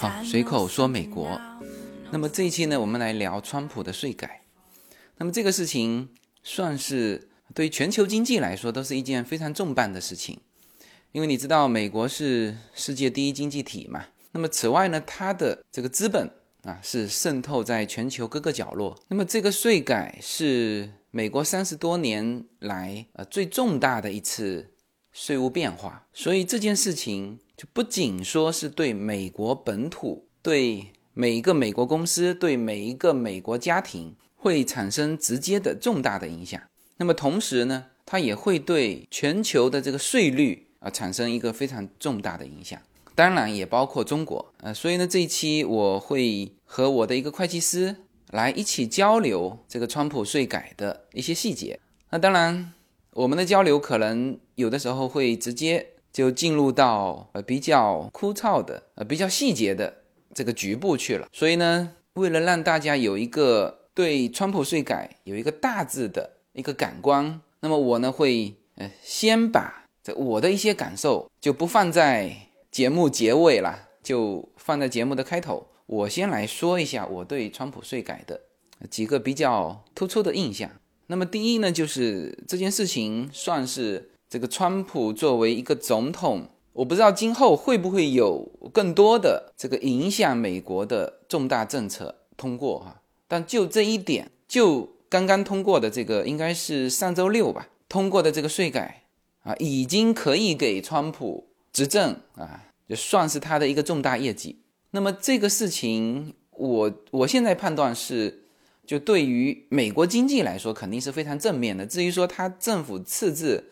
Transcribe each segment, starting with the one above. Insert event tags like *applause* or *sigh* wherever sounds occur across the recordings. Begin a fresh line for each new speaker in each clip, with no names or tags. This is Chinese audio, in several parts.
好，随口说美国。那么这一期呢，我们来聊川普的税改。那么这个事情算是对于全球经济来说都是一件非常重磅的事情，因为你知道美国是世界第一经济体嘛。那么此外呢，它的这个资本啊是渗透在全球各个角落。那么这个税改是美国三十多年来呃最重大的一次。税务变化，所以这件事情就不仅说是对美国本土、对每一个美国公司、对每一个美国家庭会产生直接的重大的影响。那么同时呢，它也会对全球的这个税率啊、呃、产生一个非常重大的影响，当然也包括中国。呃，所以呢，这一期我会和我的一个会计师来一起交流这个川普税改的一些细节。那当然。我们的交流可能有的时候会直接就进入到呃比较枯燥的、呃比较细节的这个局部去了。所以呢，为了让大家有一个对川普税改有一个大致的一个感官，那么我呢会呃先把这我的一些感受就不放在节目结尾了，就放在节目的开头。我先来说一下我对川普税改的几个比较突出的印象。那么第一呢，就是这件事情算是这个川普作为一个总统，我不知道今后会不会有更多的这个影响美国的重大政策通过哈、啊。但就这一点，就刚刚通过的这个应该是上周六吧通过的这个税改啊，已经可以给川普执政啊，就算是他的一个重大业绩。那么这个事情，我我现在判断是。就对于美国经济来说，肯定是非常正面的。至于说他政府赤字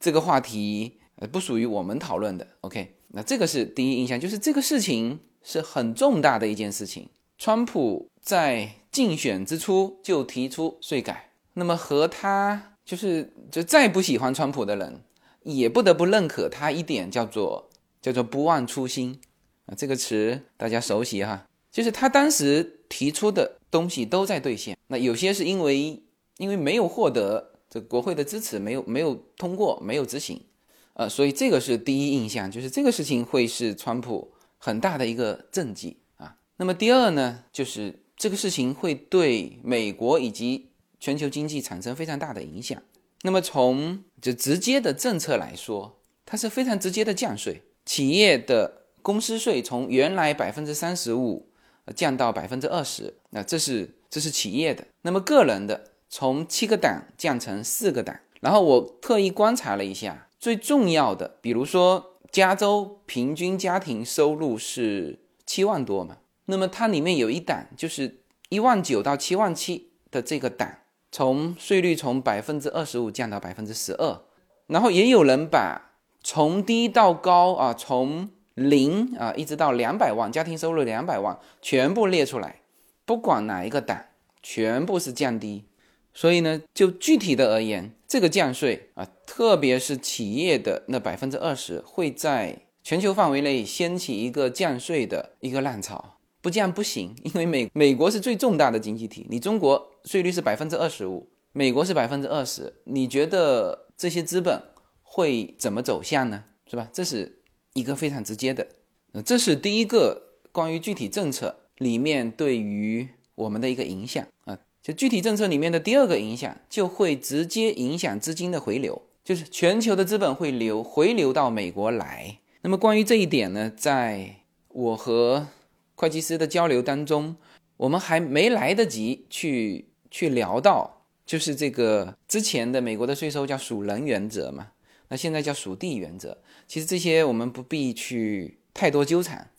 这个话题，呃，不属于我们讨论的。OK，那这个是第一印象，就是这个事情是很重大的一件事情。川普在竞选之初就提出税改，那么和他就是就再不喜欢川普的人，也不得不认可他一点，叫做叫做不忘初心啊，这个词大家熟悉哈。就是他当时提出的东西都在兑现，那有些是因为因为没有获得这国会的支持，没有没有通过，没有执行，呃，所以这个是第一印象，就是这个事情会是川普很大的一个政绩啊。那么第二呢，就是这个事情会对美国以及全球经济产生非常大的影响。那么从就直接的政策来说，它是非常直接的降税，企业的公司税从原来百分之三十五。呃降到百分之二十，那这是这是企业的。那么个人的从七个档降成四个档。然后我特意观察了一下，最重要的，比如说加州平均家庭收入是七万多嘛，那么它里面有一档就是一万九到七万七的这个档，从税率从百分之二十五降到百分之十二。然后也有人把从低到高啊，从零啊，一直到两百万，家庭收入两百万，全部列出来，不管哪一个档，全部是降低。所以呢，就具体的而言，这个降税啊，特别是企业的那百分之二十，会在全球范围内掀起一个降税的一个浪潮。不降不行，因为美美国是最重大的经济体，你中国税率是百分之二十五，美国是百分之二十，你觉得这些资本会怎么走向呢？是吧？这是。一个非常直接的，呃这是第一个关于具体政策里面对于我们的一个影响啊。就具体政策里面的第二个影响，就会直接影响资金的回流，就是全球的资本会流回流到美国来。那么关于这一点呢，在我和会计师的交流当中，我们还没来得及去去聊到，就是这个之前的美国的税收叫属人原则嘛。那现在叫属地原则，其实这些我们不必去太多纠缠。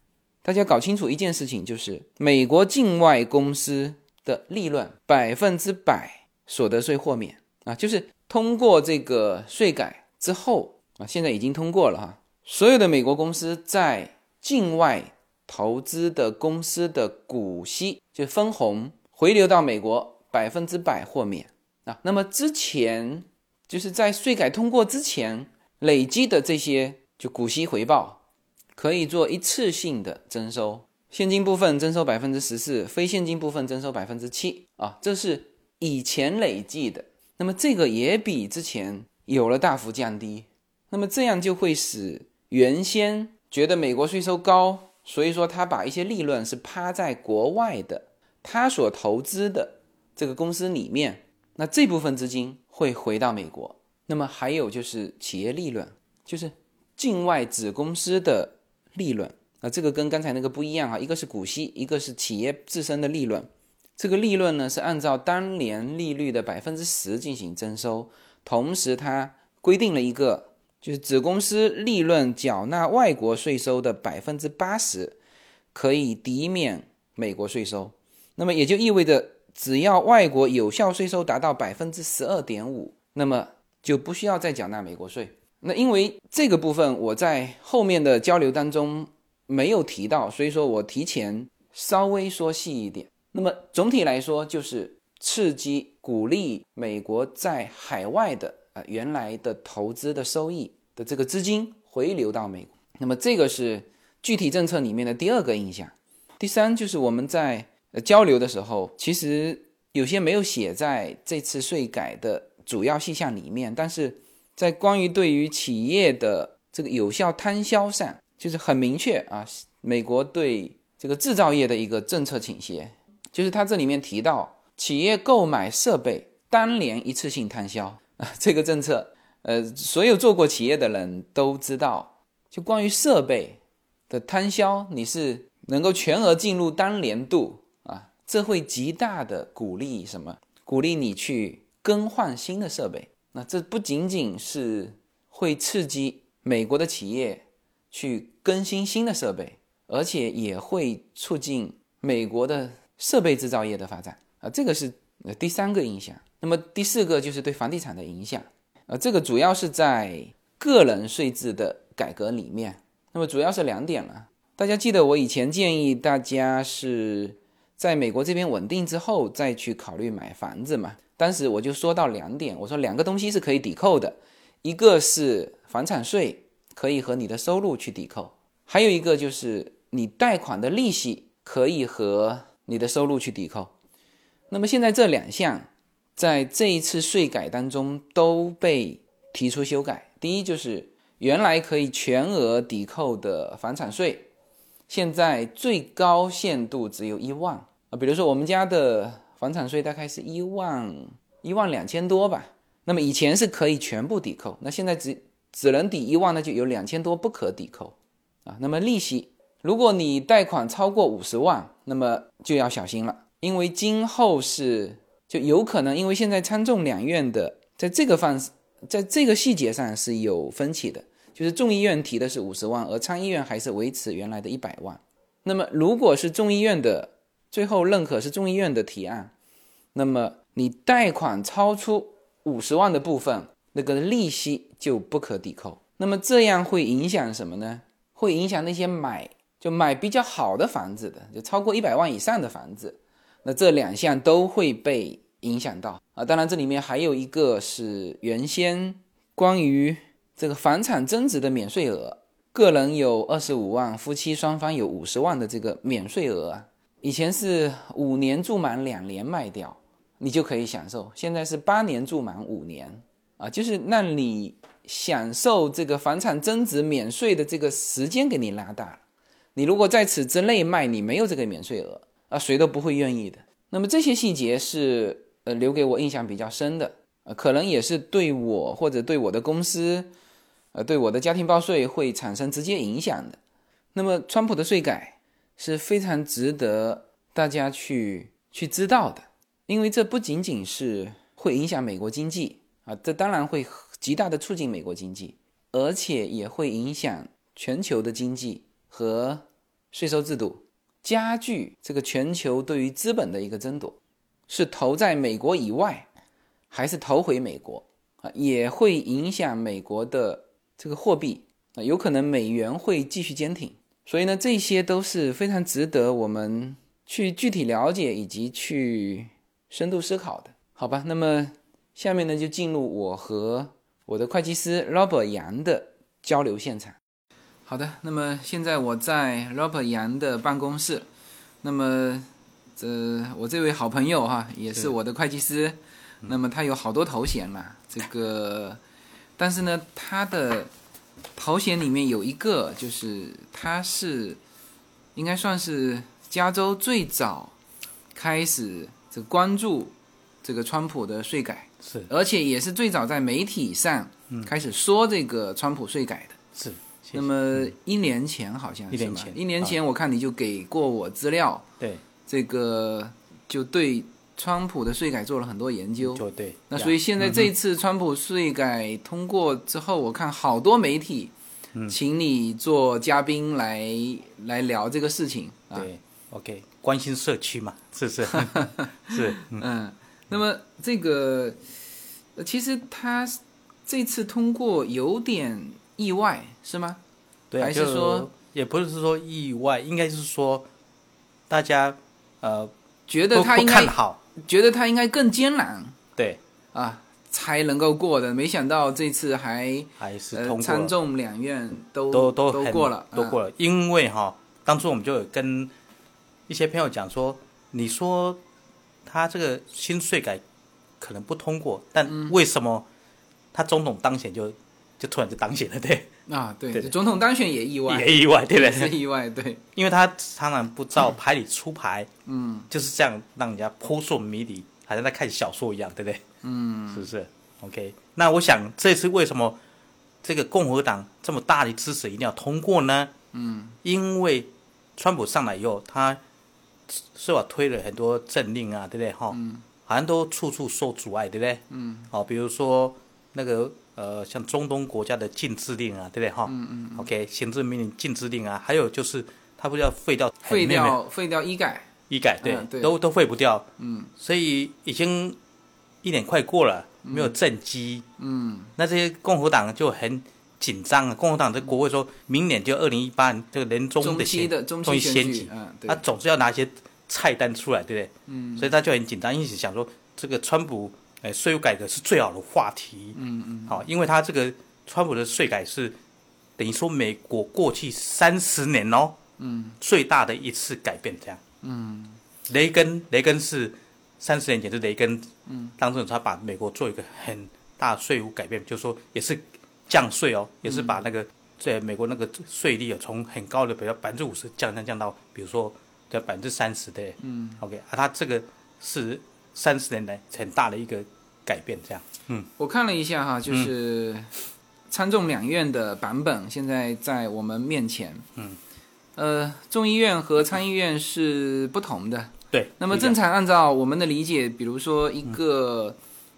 大家搞清楚一件事情，就是美国境外公司的利润百分之百所得税豁免啊，就是通过这个税改之后啊，现在已经通过了哈。所有的美国公司在境外投资的公司的股息就分红回流到美国，百分之百豁免啊。那么之前。就是在税改通过之前累积的这些就股息回报，可以做一次性的征收，现金部分征收百分之十四，非现金部分征收百分之七啊，这是以前累计的。那么这个也比之前有了大幅降低，那么这样就会使原先觉得美国税收高，所以说他把一些利润是趴在国外的，他所投资的这个公司里面，那这部分资金会回到美国。那么还有就是企业利润，就是境外子公司的利润。那这个跟刚才那个不一样啊，一个是股息，一个是企业自身的利润。这个利润呢是按照当年利率的百分之十进行征收，同时它规定了一个，就是子公司利润缴纳外国税收的百分之八十可以抵免美国税收。那么也就意味着，只要外国有效税收达到百分之十二点五，那么就不需要再缴纳美国税。那因为这个部分我在后面的交流当中没有提到，所以说我提前稍微说细一点。那么总体来说，就是刺激、鼓励美国在海外的啊、呃、原来的投资的收益的这个资金回流到美国。那么这个是具体政策里面的第二个印象。第三就是我们在、呃、交流的时候，其实有些没有写在这次税改的主要细项里面，但是在关于对于企业的这个有效摊销上，就是很明确啊，美国对这个制造业的一个政策倾斜。就是它这里面提到，企业购买设备当年一次性摊销啊，这个政策，呃，所有做过企业的人都知道，就关于设备的摊销，你是能够全额进入当年度啊，这会极大的鼓励什么？鼓励你去更换新的设备。那这不仅仅是会刺激美国的企业去更新新的设备，而且也会促进美国的。设备制造业的发展啊，这个是呃第三个影响。那么第四个就是对房地产的影响啊，这个主要是在个人税制的改革里面。那么主要是两点了。大家记得我以前建议大家是在美国这边稳定之后再去考虑买房子嘛？当时我就说到两点，我说两个东西是可以抵扣的，一个是房产税可以和你的收入去抵扣，还有一个就是你贷款的利息可以和你的收入去抵扣，那么现在这两项在这一次税改当中都被提出修改。第一就是原来可以全额抵扣的房产税，现在最高限度只有一万啊。比如说我们家的房产税大概是一万一万两千多吧，那么以前是可以全部抵扣，那现在只只能抵一万，那就有两千多不可抵扣啊。那么利息。如果你贷款超过五十万，那么就要小心了，因为今后是就有可能，因为现在参众两院的在这个范，在这个细节上是有分歧的，就是众议院提的是五十万，而参议院还是维持原来的一百万。那么如果是众议院的最后认可是众议院的提案，那么你贷款超出五十万的部分，那个利息就不可抵扣。那么这样会影响什么呢？会影响那些买。就买比较好的房子的，就超过一百万以上的房子，那这两项都会被影响到啊。当然，这里面还有一个是原先关于这个房产增值的免税额，个人有二十五万，夫妻双方有五十万的这个免税额啊，以前是五年住满两年卖掉，你就可以享受，现在是八年住满五年啊，就是让你享受这个房产增值免税的这个时间给你拉大了。你如果在此之内卖，你没有这个免税额啊，谁都不会愿意的。那么这些细节是呃留给我印象比较深的，呃，可能也是对我或者对我的公司，呃，对我的家庭报税会产生直接影响的。那么川普的税改是非常值得大家去去知道的，因为这不仅仅是会影响美国经济啊，这当然会极大的促进美国经济，而且也会影响全球的经济。和税收制度加剧这个全球对于资本的一个争夺，是投在美国以外，还是投回美国啊？也会影响美国的这个货币啊，有可能美元会继续坚挺。所以呢，这些都是非常值得我们去具体了解以及去深度思考的，好吧？那么下面呢，就进入我和我的会计师 Robert 杨的交流现场。好的，那么现在我在 Robert 杨的办公室，那么这我这位好朋友哈、啊，也是我的会计师，那么他有好多头衔啦、这个但是呢，他的头衔里面有一个，就是他是应该算是加州最早开始这个关注这个川普的税改，
是嗯
而且也是最早在媒体上开始说这个川普税改的。
是，谢谢
那么一年前好像
一
是
年
吧？
前啊
一年前我看你就给过我资料，
对，
这个就对川普的税改做了很多研究。
就对。
那所以
呀嗯
现在这次川普税改通过之后，我看好多媒体，
嗯
请你做嘉宾来来聊这个事情啊。
对，OK，关心社区嘛，是
*laughs*
不是？是，
嗯，那么这个呃其实他这次通过有点意外，是吗？
对啊，
还是
就
说
也不是说意外，应该是说大家呃
觉得
都
他
不
应该
看好，
觉得他应该更艰难
对，
啊才能够过的，没想到这次还
还是
呃
通过
参
了
众两院都
都
都
很
过了，嗯
都过了。因为哈、当初我们就有跟一些朋友讲说，你说他这个新税改可能不通过，
嗯
但为什么他总统当选就就突然就当选了？对，
了啊。对，
对对
总统当选 *laughs* 也意外，
也意外，对不
是
对？
意外，对，
因为他常常不照牌理出牌，
嗯，
就是这样让人家扑朔迷离，好像在看小说一样，对不对？嗯，是不是？OK，那我想这次为什么这个共和党这么大力支持，一定要通过呢？嗯，因为川普上来以后，他是吧推了很多政令啊，对不对？哈、好像都处处受阻碍，对不对？嗯，好、比如说那个呃，像中东国家的禁制令啊，对不对？哈、嗯嗯 o k 行政命令禁制令啊，还有就是他不是要废掉啊
废掉废掉医改，
医改，对，
嗯对
都都废不掉。嗯，所以已经一年快过了，没有政绩。
嗯，
那这些共和党就很紧张啊。共和党的国会说明年就二零一八这个年中
中
的
期
选，
的中
终
期
于
选
选
举
举，
嗯，对
他，总是要拿一些菜单出来，对不对？嗯，所以他就很紧张，一直想说这个川普哎税务改革是最好的话题。嗯嗯，好、因为他这个川普的税改是等于说美国过去三十年哦，嗯，最大的一次改变这样。雷根，雷根是三十年前是雷根，嗯，当时他把美国做一个很大的税务改变，就是说也是降税哦，也是把那个在美国那个税率哦，从很高的，比如百分之五十降降降到，比如说在百分之三十的，嗯，OK，啊，他这个是三十年来很大的一个改变，这样，
我看了一下哈，就是
嗯
参众两院的版本现在在我们面前，嗯，呃，众议院和参议院是不同的，
对，
那么
正
正常按照我们的理解，比如说一个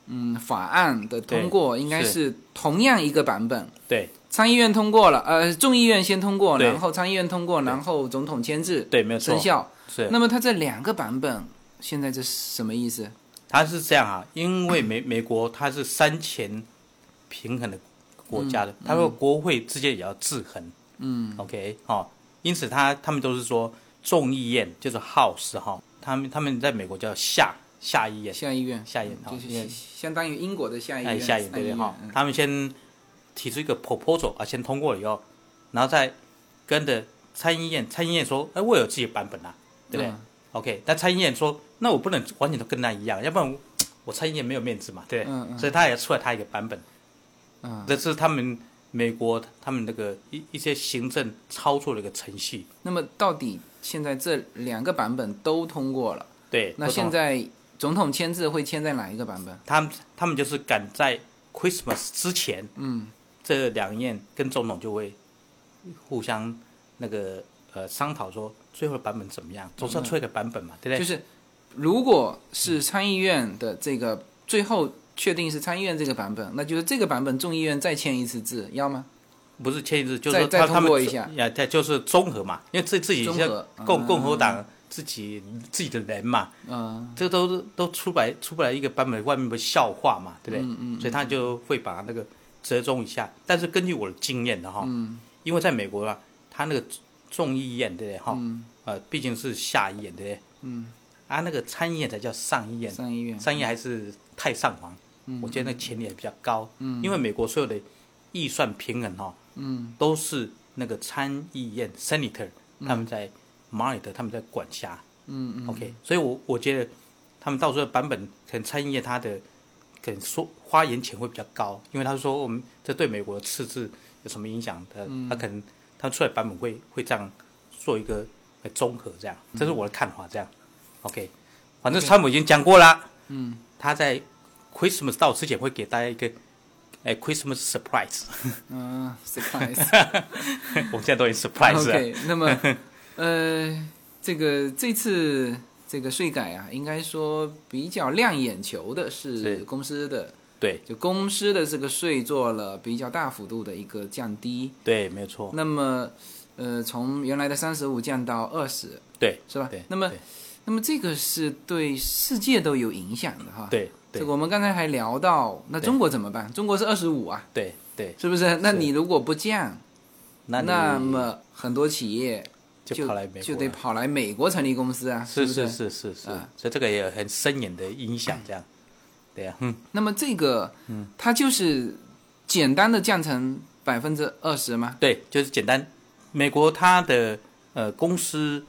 嗯法案的通过，应该是同样一个版本，
对
参议院通过了，呃，众议院先通过，
对
然后参议院通过，然后总统签字
对没有错
生，效。
是
那么它这两个版本，现在这是什么意思？
它是这样啊，因为
*coughs*
美美国它是三权平衡的国家
嗯
的，它说国会之间也要制衡。嗯，OK，好、因此他他们都是说众议院就是 House 哈、他们他们在美国叫下下议院，
下议院，嗯
下议院好
就是
因为
相当于英国的下议
哎
院，
下议院对不对哈、
嗯
他们先提出一个 proposal 啊，先通过了以后，然后再跟着参议院，参议院说，哎，我有自己的版本啦、对不对？
嗯
OK，但参议院说，那我不能完全都跟他一样，要不然我我参议院没有面子嘛，对不对？
嗯嗯
所以他也出了他一个版本，
嗯，
这是他们美国他们那个一一些行政操作的一个程序，
那么到底现在这两个版本都通过了，
对。
那
不同
现在总统签字会签在哪一个版本？
他们他们就是赶在 Christmas 之前，
嗯，
这两院跟总统就会互相那个呃商讨说最后的版本怎么样，总是要出一个版本嘛，对不对？
嗯就是如果是参议院的这个最后确定是参议院这个版本，那就是这个版本众议院再签一次字，要吗？
不是签一次，就是
再
说
再
他他
通过
们
一下
呀，对，就是综合嘛，因为自自己
综
像
合
共共和
嗯
党自己自己的人嘛，
嗯、
这都是都出不来出不来一个版本，外面不是笑话嘛，对不
嗯
对？所以他就会把那个折中一下。但是根据我的经验的哈，
嗯
因为在美国啊，他那个众议院对不对哈？
嗯
呃，毕竟是下议院对不对？嗯，啊，那个参议院才叫上议院，
参议院，
上议院还是太上皇，我觉得那权力也比较高，因为美国所有的预算平衡哈，嗯，都是那个参议院 senator 他们在 monitor 他们在管辖，嗯嗯，OK，所以我我觉得他们到时候的版本可能参议院他的可能说花言钱会比较高，因为他说我们这对美国的赤字有什么影响的，
嗯
他可能他出来版本会会这样做一个呃综合，这样，这是我的看法，这样。OK，反
嗯
正川普已经讲过啦，嗯，他在 Christmas 到之前会给大家一个。哎，Christmas surprise， *laughs*
嗯、s u r p r i s e
我们现在都很 surprise 啊。
OK，那么呃，这个这次这个税改啊，应该说比较亮眼球的是
是
公司的，
对
就公司的这个税做了比较大幅度的一个降低。
对，没有错。
那么呃，从原来的三十五降到二十，
对
是吧
对。
那么
对
那么这个是对世界都有影响的哈。。
对
这
对
个我们刚才还聊到，那中国怎么办？中国是二十五啊，
对对，
是不是？那
是
你如果不降，
那你
那么很多企业
就跑来美国
就得
了
跑来美国成立公司啊，
是
不是
是是是是
啊，
所以这个也有很深远的影响，这样，对呀、嗯，
那么这个，它就是简单的降成百分之二十吗？
对，就是简单，美国它的呃公司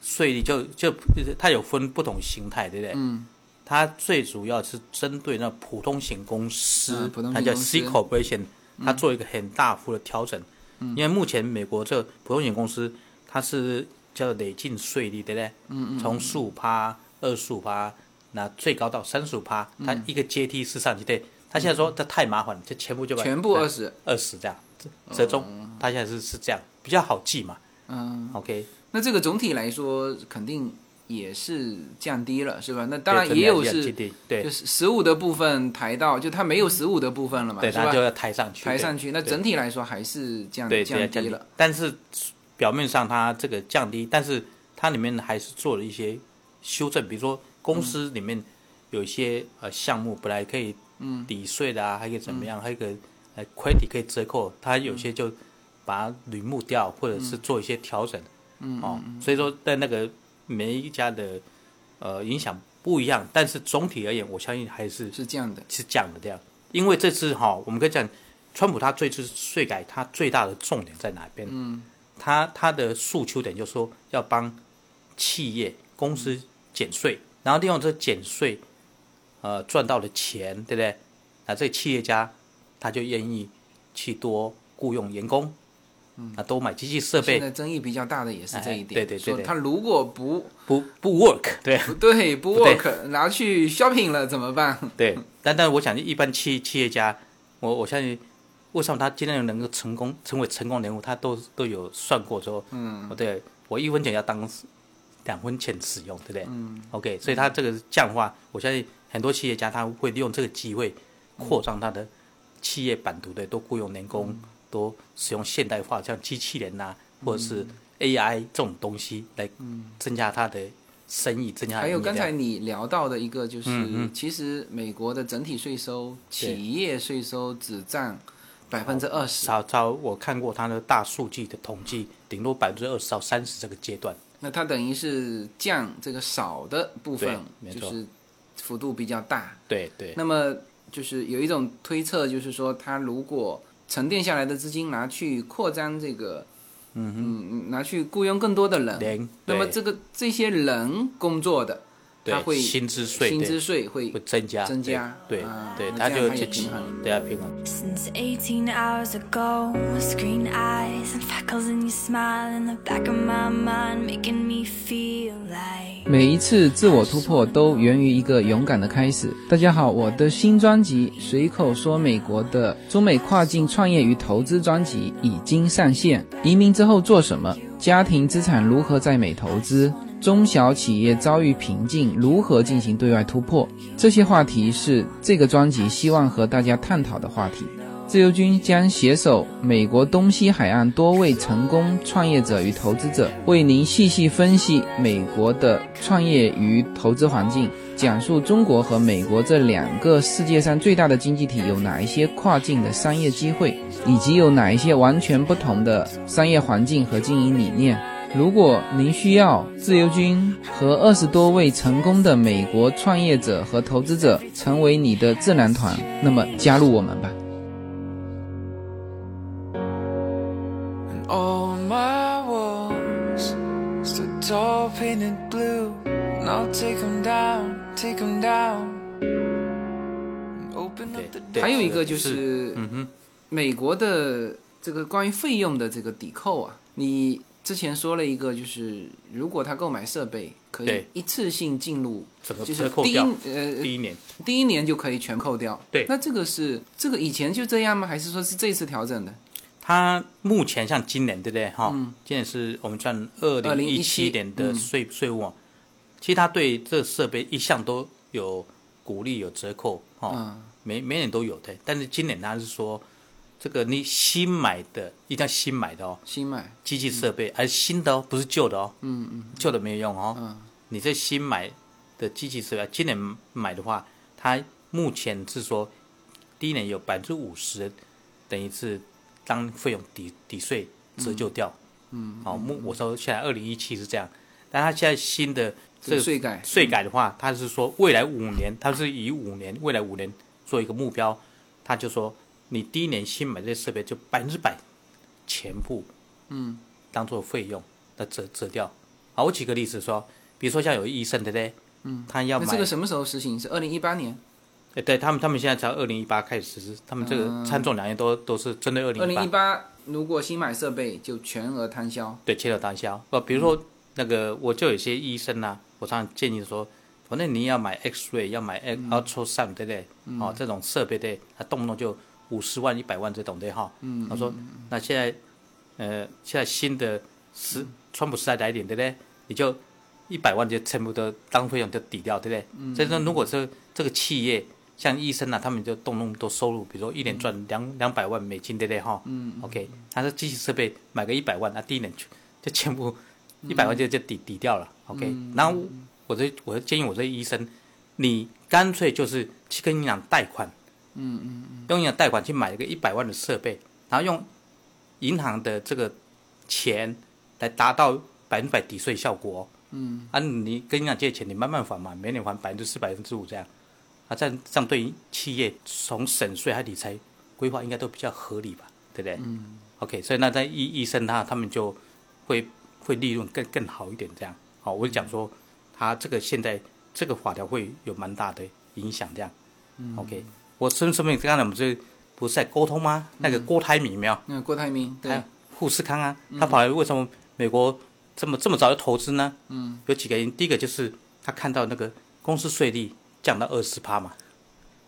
税率就就它有分不同形态，对不对？嗯，它最主要是针对那普通型公司，
嗯普通型
它叫
公司嗯
C corporation，它做一个很大幅的调整，因为目前美国这普通型公司它是叫累进税率，对不对？嗯嗯，从十五趴、二十五趴，那最高到三十五趴，它
嗯
一个阶梯式上去，对。他现在说这太麻烦了，就全部就把
全部
呃
二十，
二十这样，折中，它现在是是这样，比较好记嘛。
嗯，
OK，
那这个总体来说肯定也是降低了，是吧？那当然
对
也有
这个
是，
LGD 对
就是十五的部分抬到，就它没有十五的部分了嘛，
对，
是
它
吧
就？要抬上去，
抬上
对
去，那整体来说还是降
对
降
对
低
低
了。。
但是表面上它这个降低，但是它里面还是做了一些修正，比如说公司里面有一些呃项目本来可以
嗯
抵税的啊，还可以怎么样，还有一个呃 credit 可以折扣，它有
嗯
些就把它捋目掉，或者是做一些调整。嗯哦，所以说在那个每一家的呃影响不一样，但是总体而言，我相信还是
是这样的，
是这样的，这样，因为这次哈、我们可以讲，川普他这次税改，他最大的重点在哪边？嗯，他他的诉求点就是说要帮企业公司减税，然后利用这减税，呃，赚到的钱，对不对？那这企业家他就愿意去多雇佣员工，嗯，啊，多买机器设
现
备，
在争议比较大的也是这一点。
哎对对对
说
对
他如果不
不不 work，对
不对不
不对
work，拿去 shopping 了怎么办？
对， *laughs* 但但我想一般企企业家，我我相信，为什么他今天能够成功成为成功人物，他都都有算过说，嗯，对我一分钱要当两分钱使用，对不对？嗯，OK，所以他这个这样的话，我相信很多企业家他会利用这个机会
嗯
扩张他的企业版图，对，多雇佣员工，多使用现代化，像机器人呐、
嗯
或者是 AI 这种东西来增加他的生意，增加他的
还有
力
刚
量
才你聊到的一个就是，
嗯
其实美国的整体税收，企业税收只占百分之二十，
超超，我看过他的大数据的统计，顶多百分之二十到三十这个阶段。
那它等于是降这个少的部分，
对没
就
错
是幅度比较大。
对对
那么就是有一种推测，就是说它如果沉淀下来的资金拿去扩张这个，嗯嗯，拿去雇佣更多的人，
零，
那么
对
这个这些人工作的，
对
他会
薪资税
薪资
对
税会
会增加
增加
对
啊
对，
那
他
这样
就
它也
去
平衡。
对啊平衡。
Since 18 hours ago, screen eyes and freckles and your smile in the back of my mind, making me feel like.
每一次自我突破都源于一个勇敢的开始。大家好，我的新专辑《随口说美国的中美跨境创业与投资》专辑已经上线。移民之后做什么？家庭资产如何在美投资？中小企业遭遇瓶颈，如何进行对外突破？这些话题是这个专辑希望和大家探讨的话题。自由军将携手美国东西海岸多位成功创业者与投资者，为您细细分析美国的创业与投资环境，讲述中国和美国这两个世界上最大的经济体有哪一些跨境的商业机会，以及有哪一些完全不同的商业环境和经营理念。如果您需要自由军和二十多位成功的美国创业者和投资者成为你的智囊团，那么加入我们吧。
And all my walls stood tall, painted blue. And I'll take 'em down, take 'em down. And open up the
对
还有一
是
个
的
就是是
嗯哼，
美国的这个关于费用的这个抵扣啊，你之前说了一个，就是如果他购买设备，可以
对
一次性进入，
整个
就是
折扣
第一
掉
呃
第一年。
第一年就可以全扣掉。
对
那这个是这个以前就这样吗？还是说是这次调整的？
它目前像今年对不对？哈、
嗯
今年是我们算二零一七
2017
年的
嗯
税、税务、哦，其实它对这设备一向都有鼓励有折扣哈、哦
嗯
每每年都有的。但是今年它是说，这个你新买的，一定要新买的哦，
新买
机器设备，而新的哦，不是旧的哦，嗯嗯，旧的没有用哦，
嗯，
你这新买的机器设备，啊今年买的话，它目前是说第一年有百分之五十，等于是当费用抵抵税折旧掉，嗯，好、目我说现在二零一七是这样，但它现在新的
这
这个
个税改
税改的话，它是说未来五年，它是以五年未来五年做一个目标，它就说你第一年新买这些设备就百分之百全部，
嗯，
当做费用那折折掉。好，我举个例子说，比如说像有医生对不对？嗯，他要
那
买，
这个什么时候实行？是二零一八年，
哎对他们，他们现在才二零一八开始实施，他们这个参众两院都、都是针对二
二
零
零
一
一
八，
八如果新买设备就全额摊销。
对，切了当销。呃，比如说、那个，我就有些医生啊，我常常建议说，反正你要买 X-ray，要买 X- ultrasound，、对不对？哦，这种设备对，他动不动就五十万、一百万这种对哈。嗯，他说，那现在，呃，现在新的时、川普时代来临，对不对？你就一百万就全部都当费用就抵掉，对不对？所以说，如果是这个企业像医生啊，他们就动动都收入，比如说一年赚两两百万美金，对不对哈？嗯，OK，他说机器设备买个一百万，那第一年就就全部一百万就就抵抵掉了，OK。然后我这我就建议我这医生，你干脆就是去跟银行贷款，嗯嗯，用银行贷款去买一个一百万的设备，然后用银行的这个钱来达到百分百抵税效果、嗯，啊，你跟银行借钱，你慢慢还嘛，每年还百分之四、百分之五这样，啊，这样这样对于企业从省税还理财规划应该都比较合理吧，对不对？嗯。OK，所以那在医医生他他们就会会利润更更好一点这样。好，我就讲说，他这个现在这个法条会有蛮大的影响这样。嗯、OK，我顺顺便刚才我们这不是在沟通吗？那个郭台铭有没有？
那郭台铭
还有
对，
富士康啊，他跑来为什么美国这么这么早就投资呢？
嗯，
有几个原因，第一个就是他看到那个公司税率降到二十趴嘛，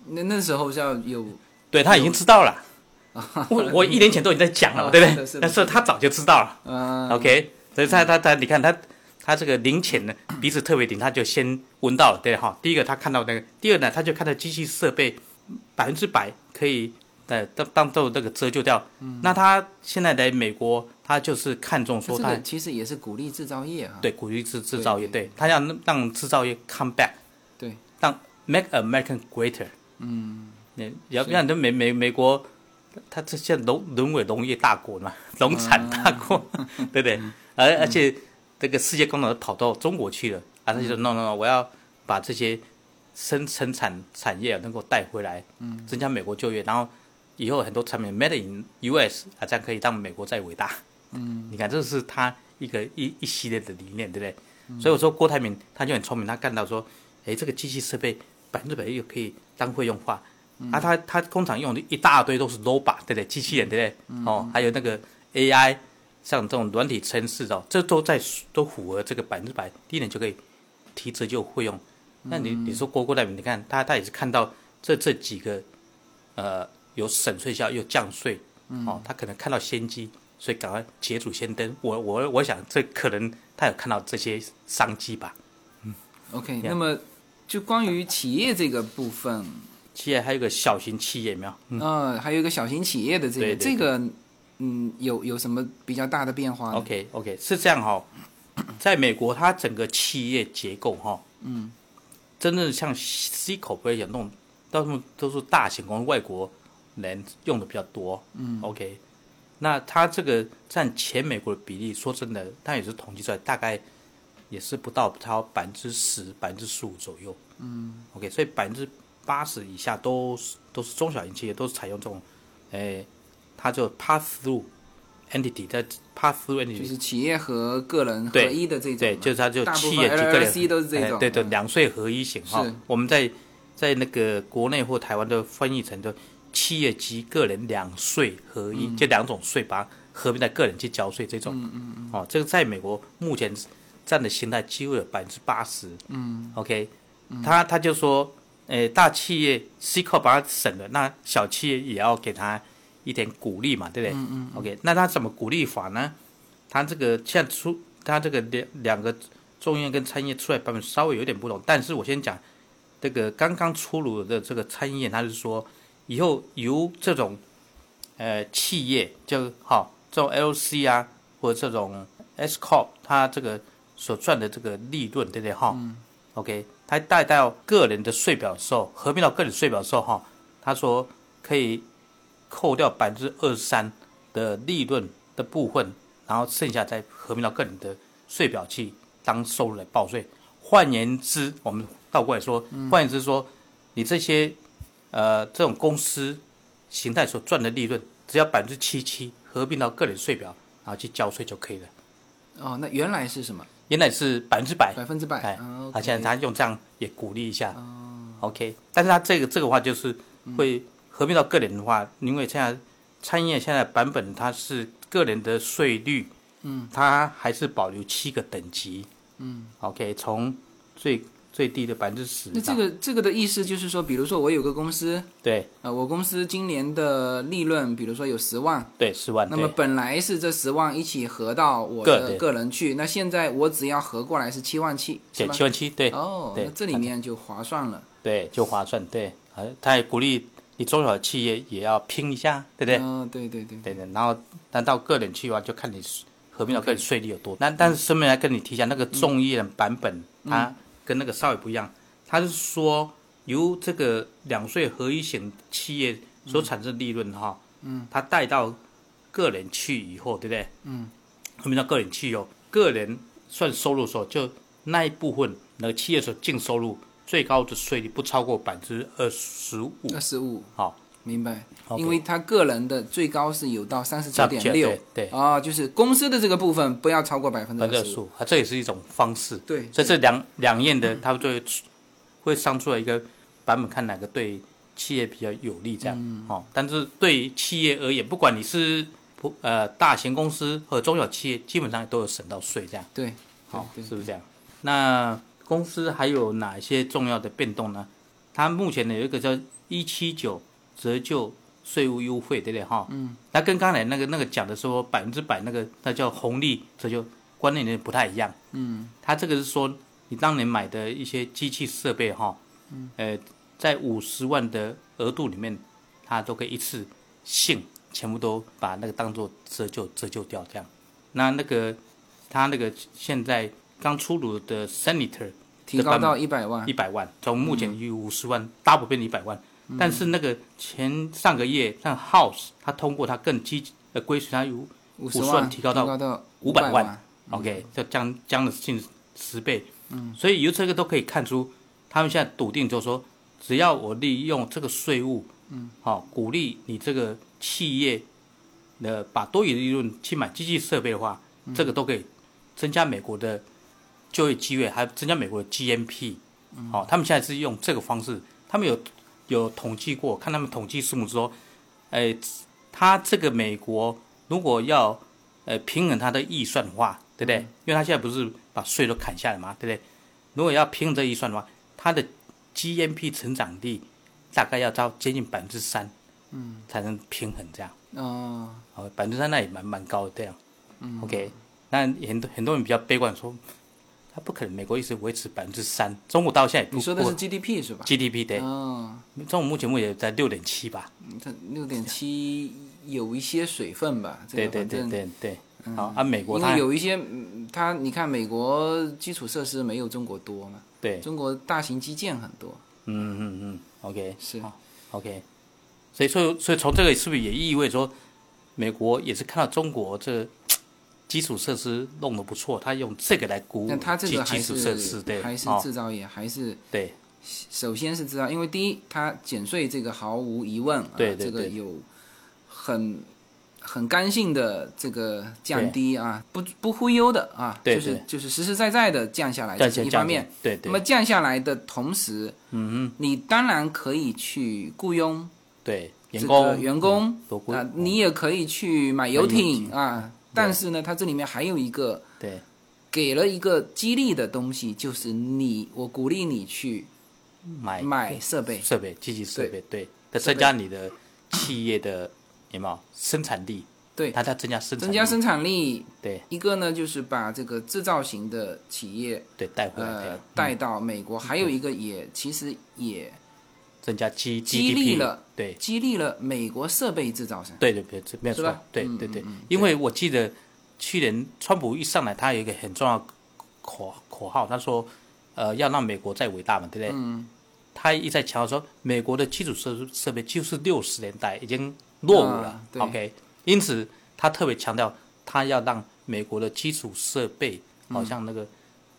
那那时候是要有
对
哎
他已经知道了，我我一年前都已经在讲
*laughs*
了，
啊
对不
是
对
的？是的
但是他早就知道了
呃
，OK，所以他他他，你看他他这个零钱呢，鼻子特别灵，他就先闻到了，对哈。第一个他看到那个，第二呢，他就看到机器设备百分之百可以呃当当做那个折旧掉。
嗯
那他现在来美国，他就是看中
这
说他
个其实也是鼓励制造业啊。
对鼓励制制造业，
对
对他要让制造业 come back，
对，
让 make American greater。嗯，你要不然你美美美国，它这现在沦沦为农业大国嘛， *laughs* 农产大国， *laughs* 对不对？而而且这个世界工厂都跑到中国去了，啊，他就说 no no no，我要把这些生生产产业能够带回来，嗯，增加美国就业，然后以后很多产品 made in US 啊，这样可以让美国再伟大。嗯，你看这是他一个一一系列的理念，对不对？所以我说郭台铭他就很聪明，他看到说，哎，这个机器设备百分之百又可以当会用化，啊，他他工厂用的一大堆都是 robot，对不对？机器人，对不对？哦，还有那个 AI，像这种软体程式哦，这都在都符合这个百分之百，第一年就可以提折旧费用。那你你说郭郭台铭，你看他他也是看到这这几个呃有省税效又降税，哦，他可能看到先机，所以赶快捷足先登。我我我想这可能他有看到这些商机吧。
OK，那么就关于企业这个部分，
企业还有个小型企业有没有？嗯
呃，还有一个小型企业的这
对
个
对
这个，嗯，有有什么比较大的变化呢
OK OK 是这样哈、 *clears throat* 在美国它整个企业结构哈、嗯，真正像 C corporation 那种，到处都是大型公司，外国人用的比较多。嗯，OK，那它这个占全美国的比例，说真的，它也是统计出来，大概也是不到超百分之十、百分之十五左右。嗯，OK，所以百分之八十以下都是都是中小型企业，都是采用这种，诶、它就 pass through entity，在 pass through entity
就是企业和个人合
对
一的这种嘛，
对，就是它就
大部
企
分
业就个人
LLC 都是这
哎
种，
对对，
嗯
两税合一型哈
是。
我们在在那个国内或台湾都翻译成就企业及个人两税合一，这两种税把它合并在个人去交税这种，哦，这个在美国目前占的形态几乎有百分之八十，嗯，OK，他他就说，诶，大企业 C c o 把它省了，那小企业也要给他一点鼓励嘛，对不对、o k 那他怎么鼓励法呢？他这个现在出，他这个两两个众议院跟参议院出来版本稍微有点不同，但是我先讲这个刚刚出炉的这个参议院，他是说。以后由这种呃企业，就好、这种 LC 啊，或者这种 S corp，它这个所赚的这个利润，对不对？哈、o k 它带到个人的税表的时候，合并到个人税表的时候，哈，他说可以扣掉百分之二十三的利润的部分，然后剩下再合并到个人的税表去当收入来报税。换言之，我们倒过来说，换言之说，你这些呃这种公司形态所赚的利润，只要百分之七七合并到个人税表，然后去交税就可以了。
哦，那原来是什么？
原来是百分之百，
百分之百。
哎
啊，，OK 哦
他现在他用这样也鼓励一下、o k 但是他这个这个话就是会合并到个人的话，因为现在参议院现在版本它是个人的税率，嗯，它还是保留七个等级，嗯，OK，从最最低的百分之十，
那这个这个的意思就是说，比如说我有个公司，
对
呃，我公司今年的利润，比如说有十万，
对十万，
那么
啊对
本来是这十万一起合到我的
个
个人去，那现在我只要合过来是七万七，是
减
吗
七？万七，对
哦，
对啊
那这里面就划算了。
对就划算，对，啊，他也鼓励你中小企业也要拼一下，对不对？
嗯，对对对，
等等，然后但到个人去的话，就看你合并到个人税率有多。那但是顺便来跟你提一下，那个众议院版本，它跟那个稍微不一样，它是说由这个两税合一型企业所产生的利润哈，嗯，它带到个人去以后，对不对？嗯，合并到个人去以后，个人算收入的时候，就那一部分那个企业所净收入最高的税率不超过百分之二十五，
二十五，
好。
明白。
OK
因为他个人的最高是有到三十九点六
39.6，对
啊，就是公司的这个部分不要超过百分之
分
二
热
十五。
数，它啊这也是一种方式。
对
所以这两两验的，它就会出会上出来一个版本，看哪个对企业比较有利，这样、
嗯
哦。但是对于企业而言，不管你是不呃大型公司和中小企业，基本上都有省到税，这样
对，
好、
对
是不是这样？那公司还有哪一些重要的变动呢？它目前呢有一个叫一七九折旧税务优惠，对不对哈？嗯，那跟刚才那个那个讲的说百分之百那个那叫红利折旧观念有点不太一样。嗯，它这个是说你当年买的一些机器设备哈，嗯，呃，在五十万的额度里面，它都可以一次性全部都把那个当做折旧折旧掉这样。那那个它那个现在刚出炉的 Senator
提高到一百万
一。百万，从目前以五十万 double 变一百万。但是那个前上个月，像 House 它通过它更积极呃规矩，它有
五
50万提高到五百
百
万。OK，就将将了近十倍。嗯，所以由这个都可以看出，他们现在笃定就是说，只要我利用这个税务，嗯，好、鼓励你这个企业呃把多余的利润去买机器设备的话，这个都可以增加美国的就业机会，还有增加美国的 GNP。好、他们现在是用这个方式，他们有有统计过，看他们统计数目说，哎、他这个美国如果要呃平衡它的预算的话，对不对？
嗯
因为他现在不是把税都砍下来嘛，对不对？如果要平衡这预算的话，它的 GNP 成长率大概要到接近百分之三，嗯，才能平衡这样。
哦，
哦，百分之三那也蛮蛮高的这样。嗯，OK，那很多很多人比较悲观说，嗯他不可能美国一直维持百分之三，中国到现在也不
你说的是
不
GDP 是吧？
GDP 对，
哦，
中国目前目前在六点七吧。
它六点七有一些水分吧？这
对
个
对
反
对
正
对对，好，按美国
啊嗯因
它
为有一些，嗯它你看美国基础设施没有中国多嘛，
对，
中国大型基建很多，
嗯嗯嗯，OK
是
好 OK，所以说所以从这个是不是也意味说，美国也是看到中国这个基础设施弄得不错，他用这个来鼓舞
但它这
基
个还
基础设施，
是
对，
还是
哦
制造业，还是
对
首先是知道，因为第一，它减税这个毫无疑问，啊、
对对
这个
对
有很很刚性的这个降低啊，不不忽悠的啊，
对
就是
对
就是实实在在的降下来，
降
这是一
降
方面。
对对
那么降下来的同时，嗯，你当然可以去雇佣
对员
这
工
个员工
多
啊、
贵嗯
你也可以去买游
买游
艇啊。但是呢，它这里面还有一个
对
给了一个激励的东西，就是你，我鼓励你去
买
买设备。
设备，积极设备，对，它增加你的企业的有没有生产力？
对
它在增加生产
增
力，
加生产力。
对
一个呢，就是把这个制造型的企业
对带回来，对
呃
嗯
带到美国，还有一个也其实也
增加 G
激励
GDP
了
对
激励了美国设备制造商。
对对对，没有
是
错
吧，嗯
对对对，因为我记得去年川普一上来，他有一个很重要的口口号，他说，呃，要让美国再伟大嘛，对不对？嗯。他一再强调说，美国的基础设设备就是六十年代已经落伍了
啊、对
o k 因此他特别强调，他要让美国的基础设备，
嗯
好像那个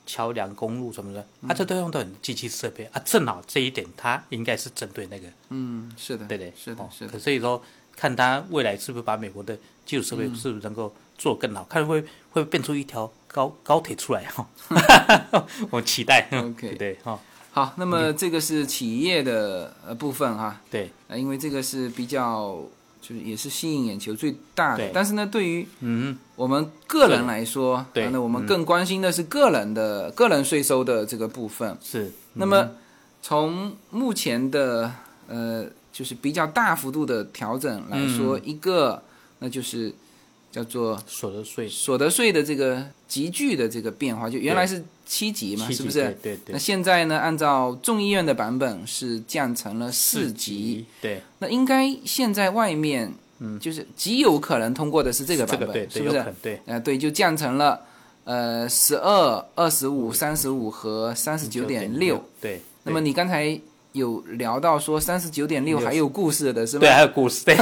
桥梁、公路什么的，他这都用到很机器设备啊。正好这一点，他应该是针对那个
嗯，是的，
对对，
是的
哦，
是的
可。所以说，看他未来是不是把美国的基础设
嗯
备是不是能够做更好，看会会不会变出一条高高铁出来哈、
*laughs*
哦。我期待。
OK
对哈、哦，
好，那么这个是企业的呃部分哈，
对
呃，因为这个是比较就是也是吸引眼球最大的
对，
但是呢，对于嗯我们个人来说，
对嗯
啊那我们更关心的是个人的个人税收的这个部分。
是。
那么从目前的呃就是比较大幅度的调整
嗯
来说，一个那就是叫做
所得税
所得税的这个急剧的这个变化，就原来是七级嘛，
七
是
级
不是？
对对对
那现在呢，按照众议院的版本是降成了四级
级，，对
那应该现在外面，嗯，就是极有可能通过的是这个
这
版
个
本，
对
是
对
不
有可
是
能？对
呃，对，就降成了呃十二、二十五、三十五和三十九点六。
对。
那么
对
你刚才有聊到说三十九点六还有故事的是吧？
对还有股
*laughs*
市对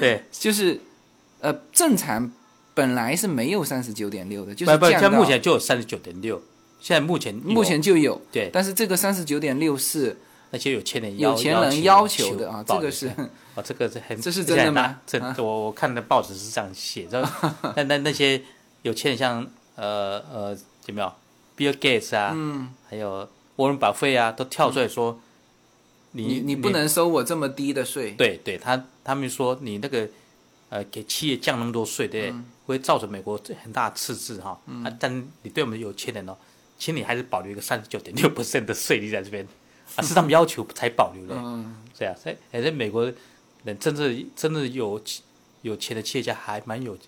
对，
就是呃正常本来是没有三十九点六的，就是
不不，
降
现在
到
目前就有三十九点六，现在目前有
目前就有，
对
但是这个三十九点六是
那些有钱人要
有钱人要
要
求的啊，
保
这个
留
是
下来哦，这个是
*laughs*
很，
这是真的吗
这
啊
我我看的报纸是这样写，
*laughs*
然后那那那些有钱人像呃呃有没有，Bill Gates 啊，嗯，还有沃伦巴菲啊，都跳出来说，
你
你
嗯你不能收我这么低的税，
对对，他他们说你那个呃给企业降那么多税，对不对，会造成美国很大的赤字哈、啊，但你对我们有钱人哦，请你还是保留一个三十九点六 percent 的税率在这边啊，是他们要求才保留的。
嗯，
对啊，所以哎，在美国人真的真的有企有钱的企业家还蛮有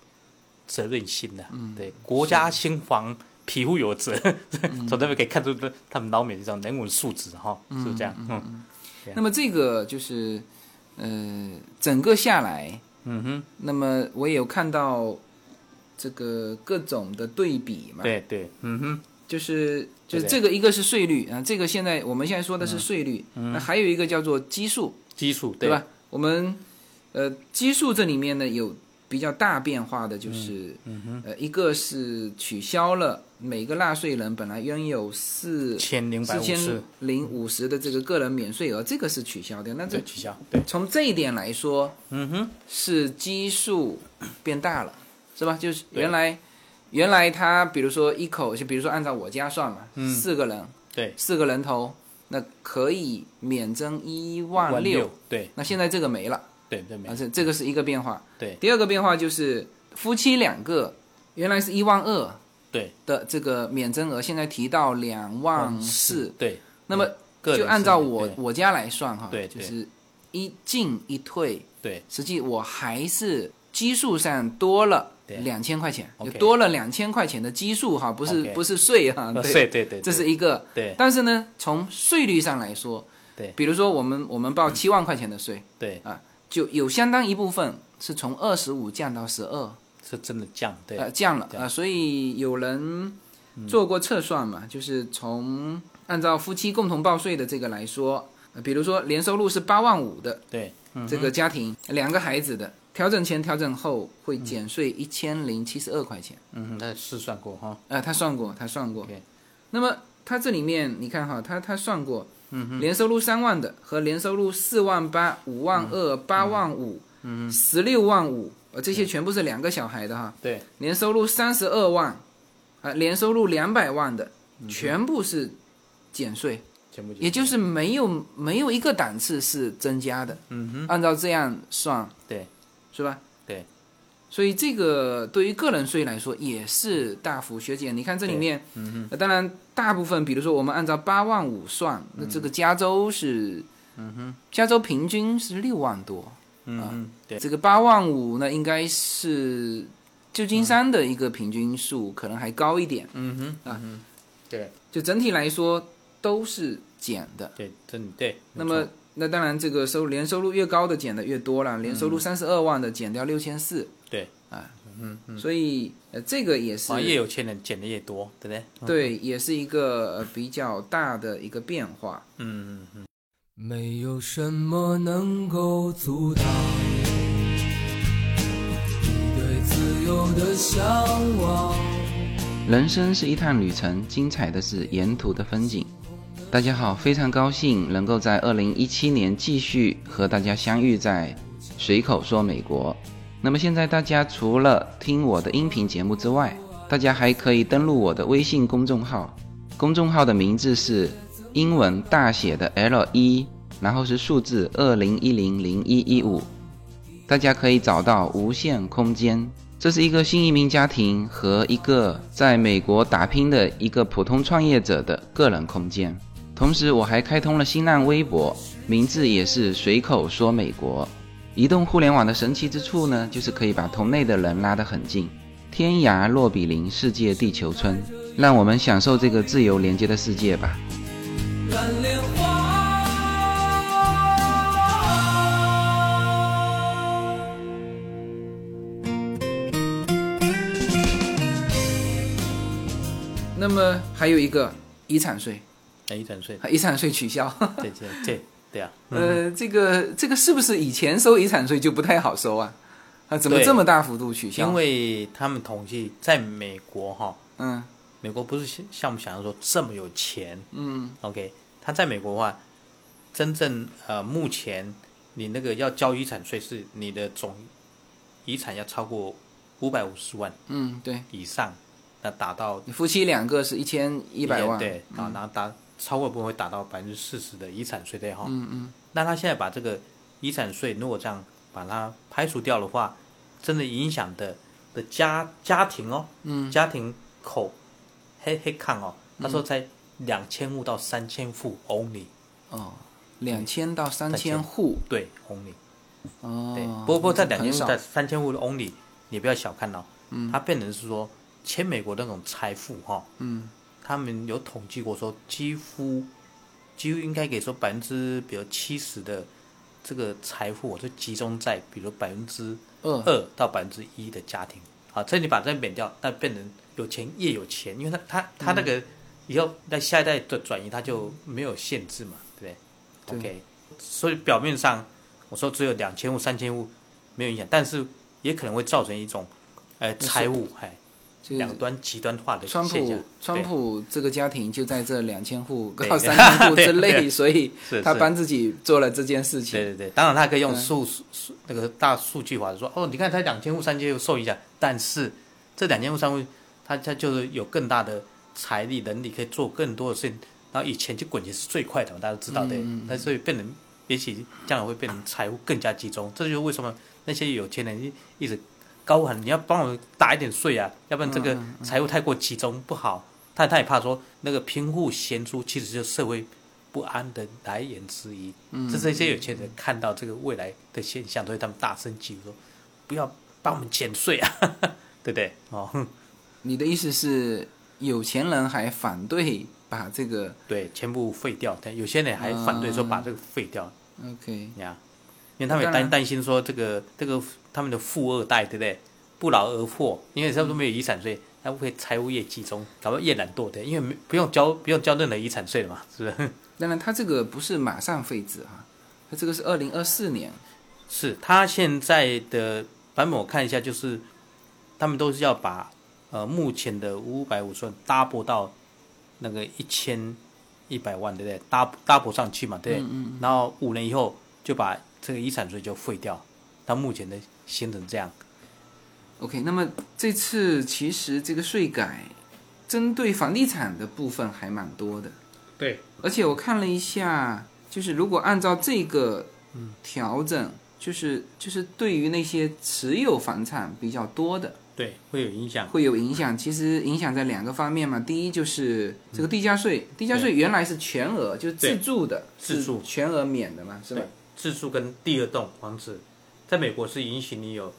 责任心的，嗯，对，国家兴亡，匹夫有责， *laughs* 从这边可以看出他他们老美这种人文素质哈，是不是这样？嗯，
那么这个就是，呃，整个下来，
嗯哼，
那么我也有看到这个各种的对比嘛，，
对对，嗯哼，
就是就是
对嗯
这个一个是税率啊，这个现在我们现在说的是税率，那还有一个叫做基数，
基础
对吧？？我们呃基数这里面呢有比较大变化的，就是、
嗯
呃一个是取消了每个纳税人本来拥有四
千零百
四
五十
千，零五十的这个个人免税额，这个是取消掉。那这
对，取消，对，
从这一点来说，嗯哼，是基数变大了，是吧？就是
对
原来。原来他比如说一口，就比如说按照我家算嘛，
嗯
四个人，
对，
四个人头，那可以免征一
万
万六，，
对
那现在这个没了，
对对没
啊，，这这个是一个变化。
对
第二个变化就是夫妻两个，原来是一万二
对，
的这个免征额，现在提到两万四。
对，
嗯那么
个人
就是按照我
嗯对
我家来算哈，
对
就
对
是一进一退，
对
实际我还是基数上多了
对
两千块钱，就
OK
多了两千块钱的基数哈，不是
OK
不是税哈，
呃
对
税，对对，
这是
对
一个。
对
但是呢，从税率上来说，
对
比如说我们我们报七万块钱的税，啊
对，
就有相当一部分是从二十五降到十二，
是真的降，对
呃，降了啊、
降
呃所以有人做过测算嘛，就是从按照夫妻共同报税的这个来说，呃比如说年收入是八万五的
对，嗯，
这个家庭，两个孩子的，调整前调整后会减税一千零七十二块钱，
嗯哼，他试算过哈，
啊、他算过，他算过
OK。
那么他这里面你看哈，他他算过，嗯，年收入三万的和年收入四万八、五万二、八万五、嗯，十六万五，呃，这些全部是两个小孩的哈，
对
年收入三十
嗯
二万，啊、年收入两百万的，全部是减税，
全部
也就是没有没有一个档次是增加的。
嗯哼，
按照这样算，
对，
是吧？
对。
所以这个对于个人税来说也是大幅削减。你看这里面，嗯、当然大部分，比如说我们按照八万五算，那这
嗯
个加州是，嗯、加州平均是六万多，啊
嗯哼，对，
这个八万五呢应该是旧金山的一个平均数，可能还高一点。
嗯哼，
啊
嗯哼，对
就整体来说都是减的。
对，真对。
那
没错
么，那当然，这个收年收入越高的减的越多了，年收
嗯
入三十二万的减掉六千四，
对，
啊所以呃，这个也是
反而越有钱人捡的越多，对不对？嗯，
对，也是一个呃比较大的一个变化。
嗯嗯嗯，
没有什么能够阻挡你对自由的向往。
人生是一趟旅程，精彩的是沿途的风景。大家好，非常高兴能够在二零一七年继续和大家相遇在随口说美国。那么现在大家除了听我的音频节目之外，大家还可以登录我的微信公众号，公众号的名字是英文大写的 L 一，然后是数字二零一零零一一五。大家可以找到无限空间。这是一个新移民家庭和一个在美国打拼的一个普通创业者的个人空间。同时，我还开通了新浪微博，名字也是随口说美国。移动互联网的神奇之处呢，就是可以把同类的人拉得很近，天涯若比邻，世界地球村。让我们享受这个自由连接的世界吧。
蓝莲花。
那么还有一个遗产税，
那哎一整岁，
遗产税取 *laughs* 消。
对对对
*laughs*
对啊，
呃，这个这个是不是以前收遗产税就不太好收啊？啊，怎么
对
这么大幅度取消？
因为他们统计在美国哈，
嗯
美国不是像像我们想象说这么有钱
嗯
，OK，他在美国的话，真正呃目前你那个要交遗产税是你的总遗产要超过五百五十万
嗯，对，
以上，那达到
你夫妻两个是一千一百万，
对，啊，然后达超过部分会达到百分之四十的遗产税对哈。嗯嗯。那他现在把这个遗产税如果这样把它排除掉的话，真的影响的的家家庭哦，嗯，家庭口黑黑看哦，他说才两千户到三千户 only，
哦，两千到三千户，
对 only，
哦，
对，不过不过在两
很
千户
少
在三千户的 only，你不要小看哦，嗯，它变成是说全美国那种财富哈、
嗯
他们有统计过说，几乎几乎应该可以说百分之比如七十的这个财富，啊我就集中在比如百分之
二
二到百分之一的家庭。好，这你把这免掉，那变成有钱越有钱，因为他
嗯
他他那个以后那下一代的转移，他就没有限制嘛，对不
对
对 o k 所以表面上我说只有两千户、三千户没有影响，但是也可能会造成一种，呃，财务哎
就是
两端极端化的现
川
象。
普川
对
普这个家庭就在这两千户
对
到三
*laughs*
千户之
对
内，
对
所以
是
他
是
帮自己做了这件事
对
情。
对对，当然他可以用数数数那个大数据法说，哦，你看他两千户、三千户受影响，但是这两千户、三千户，他他就是有更大的财力、能力可以做更多的事情。然后以前就滚钱是最快的嘛，大家都知道
嗯
对，那所以变成，也许将来会变成财务更加集中。这就是为什么那些有钱人一一直高喊，你要帮我打一点税啊，要不然这个财务太过集中不好。他他也怕说那个贫富悬殊，其实就是社会不安的来源之一。嗯，这是一些有钱人看到这个未来的现象，所以他们大声疾呼说：“不要帮我们减税啊， *laughs* 对不对？”哦，哼
你的意思是，有钱人还反对把这个
对，全部废掉。但有些人还反对说把这个废掉，
OK
你看，因为他们也
当
担
然
担心说这个这个他们的富二代，对不对？不劳而获，因为他们都没有遗产税，他们会财务业集中，搞到越懒惰的，因为没不用交不用交任何遗产税了嘛，是不是？ *laughs*
当然，它这个不是马上废止哈，它这个是二零二四年。
是他现在的版本，我看一下，就是他们都是要把呃目前的五百五十万 double 到那个一千一百万，对不对？double double 上去嘛，对
嗯
不对？然后五年以后就把这个遗产税就废掉，到目前的形成这样。
OK，那么这次其实这个税改针对房地产的部分还蛮多的。
对，
而且我看了一下，就是如果按照这个调整，就是就是对于那些持有房产比较多的
对，会有影响。
会有影响。其实影响在两个方面嘛，第一就是这个地价税，地价税原来是全额，就是
嗯
自
对
住的，
自
是
住
全额免的嘛，是吧？
自住跟第二栋房子，在美国是允许你有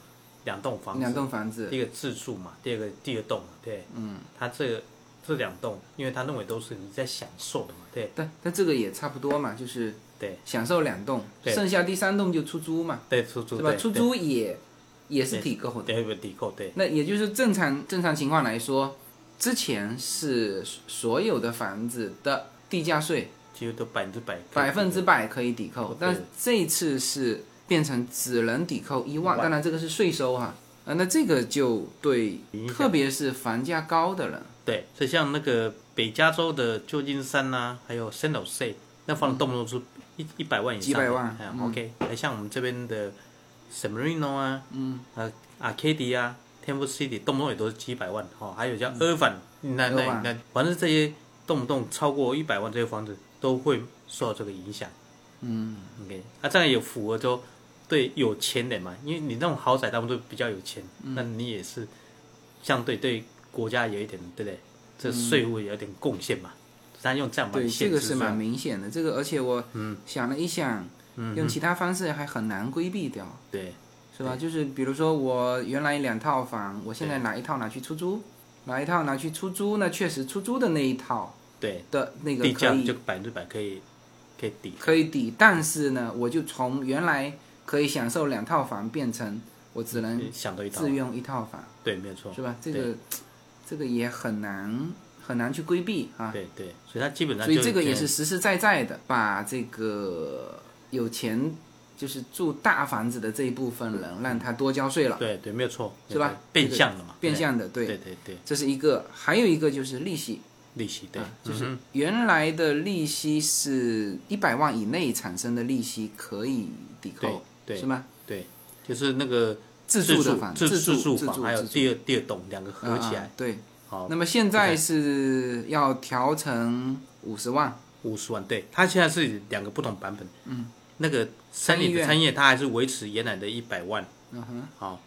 两栋房子，
两栋房子
第，一个自住嘛，第二个第二栋嘛，对，嗯，他这个这两栋，因为他认为都是你在享受的嘛，对
但但这个也差不多嘛，就是
对
享受两栋，
对
剩下第三栋就出租嘛，
对，出租
是吧？
对
出
对
租也也是抵扣的。
对会抵扣，对
那也就是正常正常情况来说，之前是所有的房子的地价税
几乎都百分之百
百分之百可以抵扣
对，
但这一次是变成只能抵扣一万，
一万
当然这个是税收哈。啊，那这个就对
影，响
特别是房价高的人，
对，所以像那个北加州的旧金山呐、还有 San Jose，那房子动不动是一一百万以上的，
嗯几百万
哎、
嗯
OK，还像我们这边的 San Marino 啊，嗯，呃，Arcadia 啊，Temple City，动不动也都是几百万哦，还有像 i r v i n 那那
嗯 Irvine
那，反正这些动不动超过一百万这些房子都会受到这个影响。嗯，OK，那、这样也符合就对有钱人嘛，因为你那种豪宅他们都比较有钱，
嗯
那你也是相对对国家有一点，对不对？这税务有点贡献嘛，他用这样来
对这
限
个
制嗯
是蛮明显的。这个而且我想了一想，用其他方式还很难规避掉，
对
是吧？就是比如说我原来两套房，我现在拿一套拿去出租，拿一套拿去出租，那确实出租的那一套
对，
的那个
地
可
价
以
就百分之百可以可以抵，
可以抵，但是呢，我就从原来可以享受两套房变成我只能
想到一套
自，用一套房，
对，没有错
是，吧？这
对
个这个也很难很难去规避啊。
对对，所以他基本上
所以
就
这个也是
对
实实在在的，把这个有钱就是住大房子的这一部分人，让他多交税了，
嗯对对，没有错，
是吧？
变
这个
相了嘛，
变相的，
对
对，
对对对，
这是一个，还有一个就是利息，
利息对
啊，就是
嗯哼
原来的利息是一百万以内产生的利息可以抵扣，
对对
是吗？
对，就是那个
自
自
住
住
的房，
自
自
自
住
住
自
房，
住，
还有
自住
第二第二栋两个合起
啊啊
来，
对。
好
那，么现在是要调成五十万，
五十万。对，它现在是两个不同版本。嗯，那个
参
三
议
里的
院
参议院它还是维持原来的一百万。
嗯哼，
好，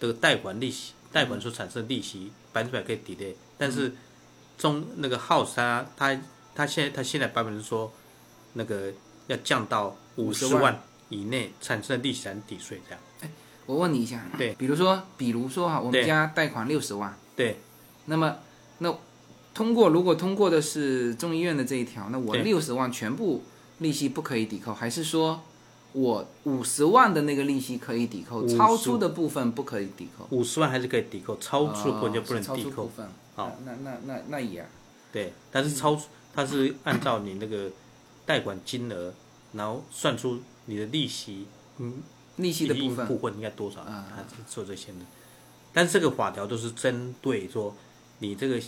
这个贷款利息，贷款所产生的利息百分之百可以抵的，但是中那个 house 它它它现在它现在版本是说那个要降到五十
50
万
万
以内产生的利息才能抵税，这样。
我问你一下，
对
比如说，比如说哈，我们
对
家贷款六十万，
对
那么那通过如果通过的是众议院的这一条，那我
对
六十万全部利息不可以抵扣，还是说我五十万的那个利息可以抵扣，
50
超出的部分不可以抵扣？
五十万还是可以抵扣，超出部分就不能
哦超
抵
出
扣。
部分。
好
那那那那那也啊
对，但是超出它是按照你那个贷款金额，然后算出你的利息，嗯，
利息的部分啊
部分应该多少，它是做这些的。但是这个法条都是针对说你这个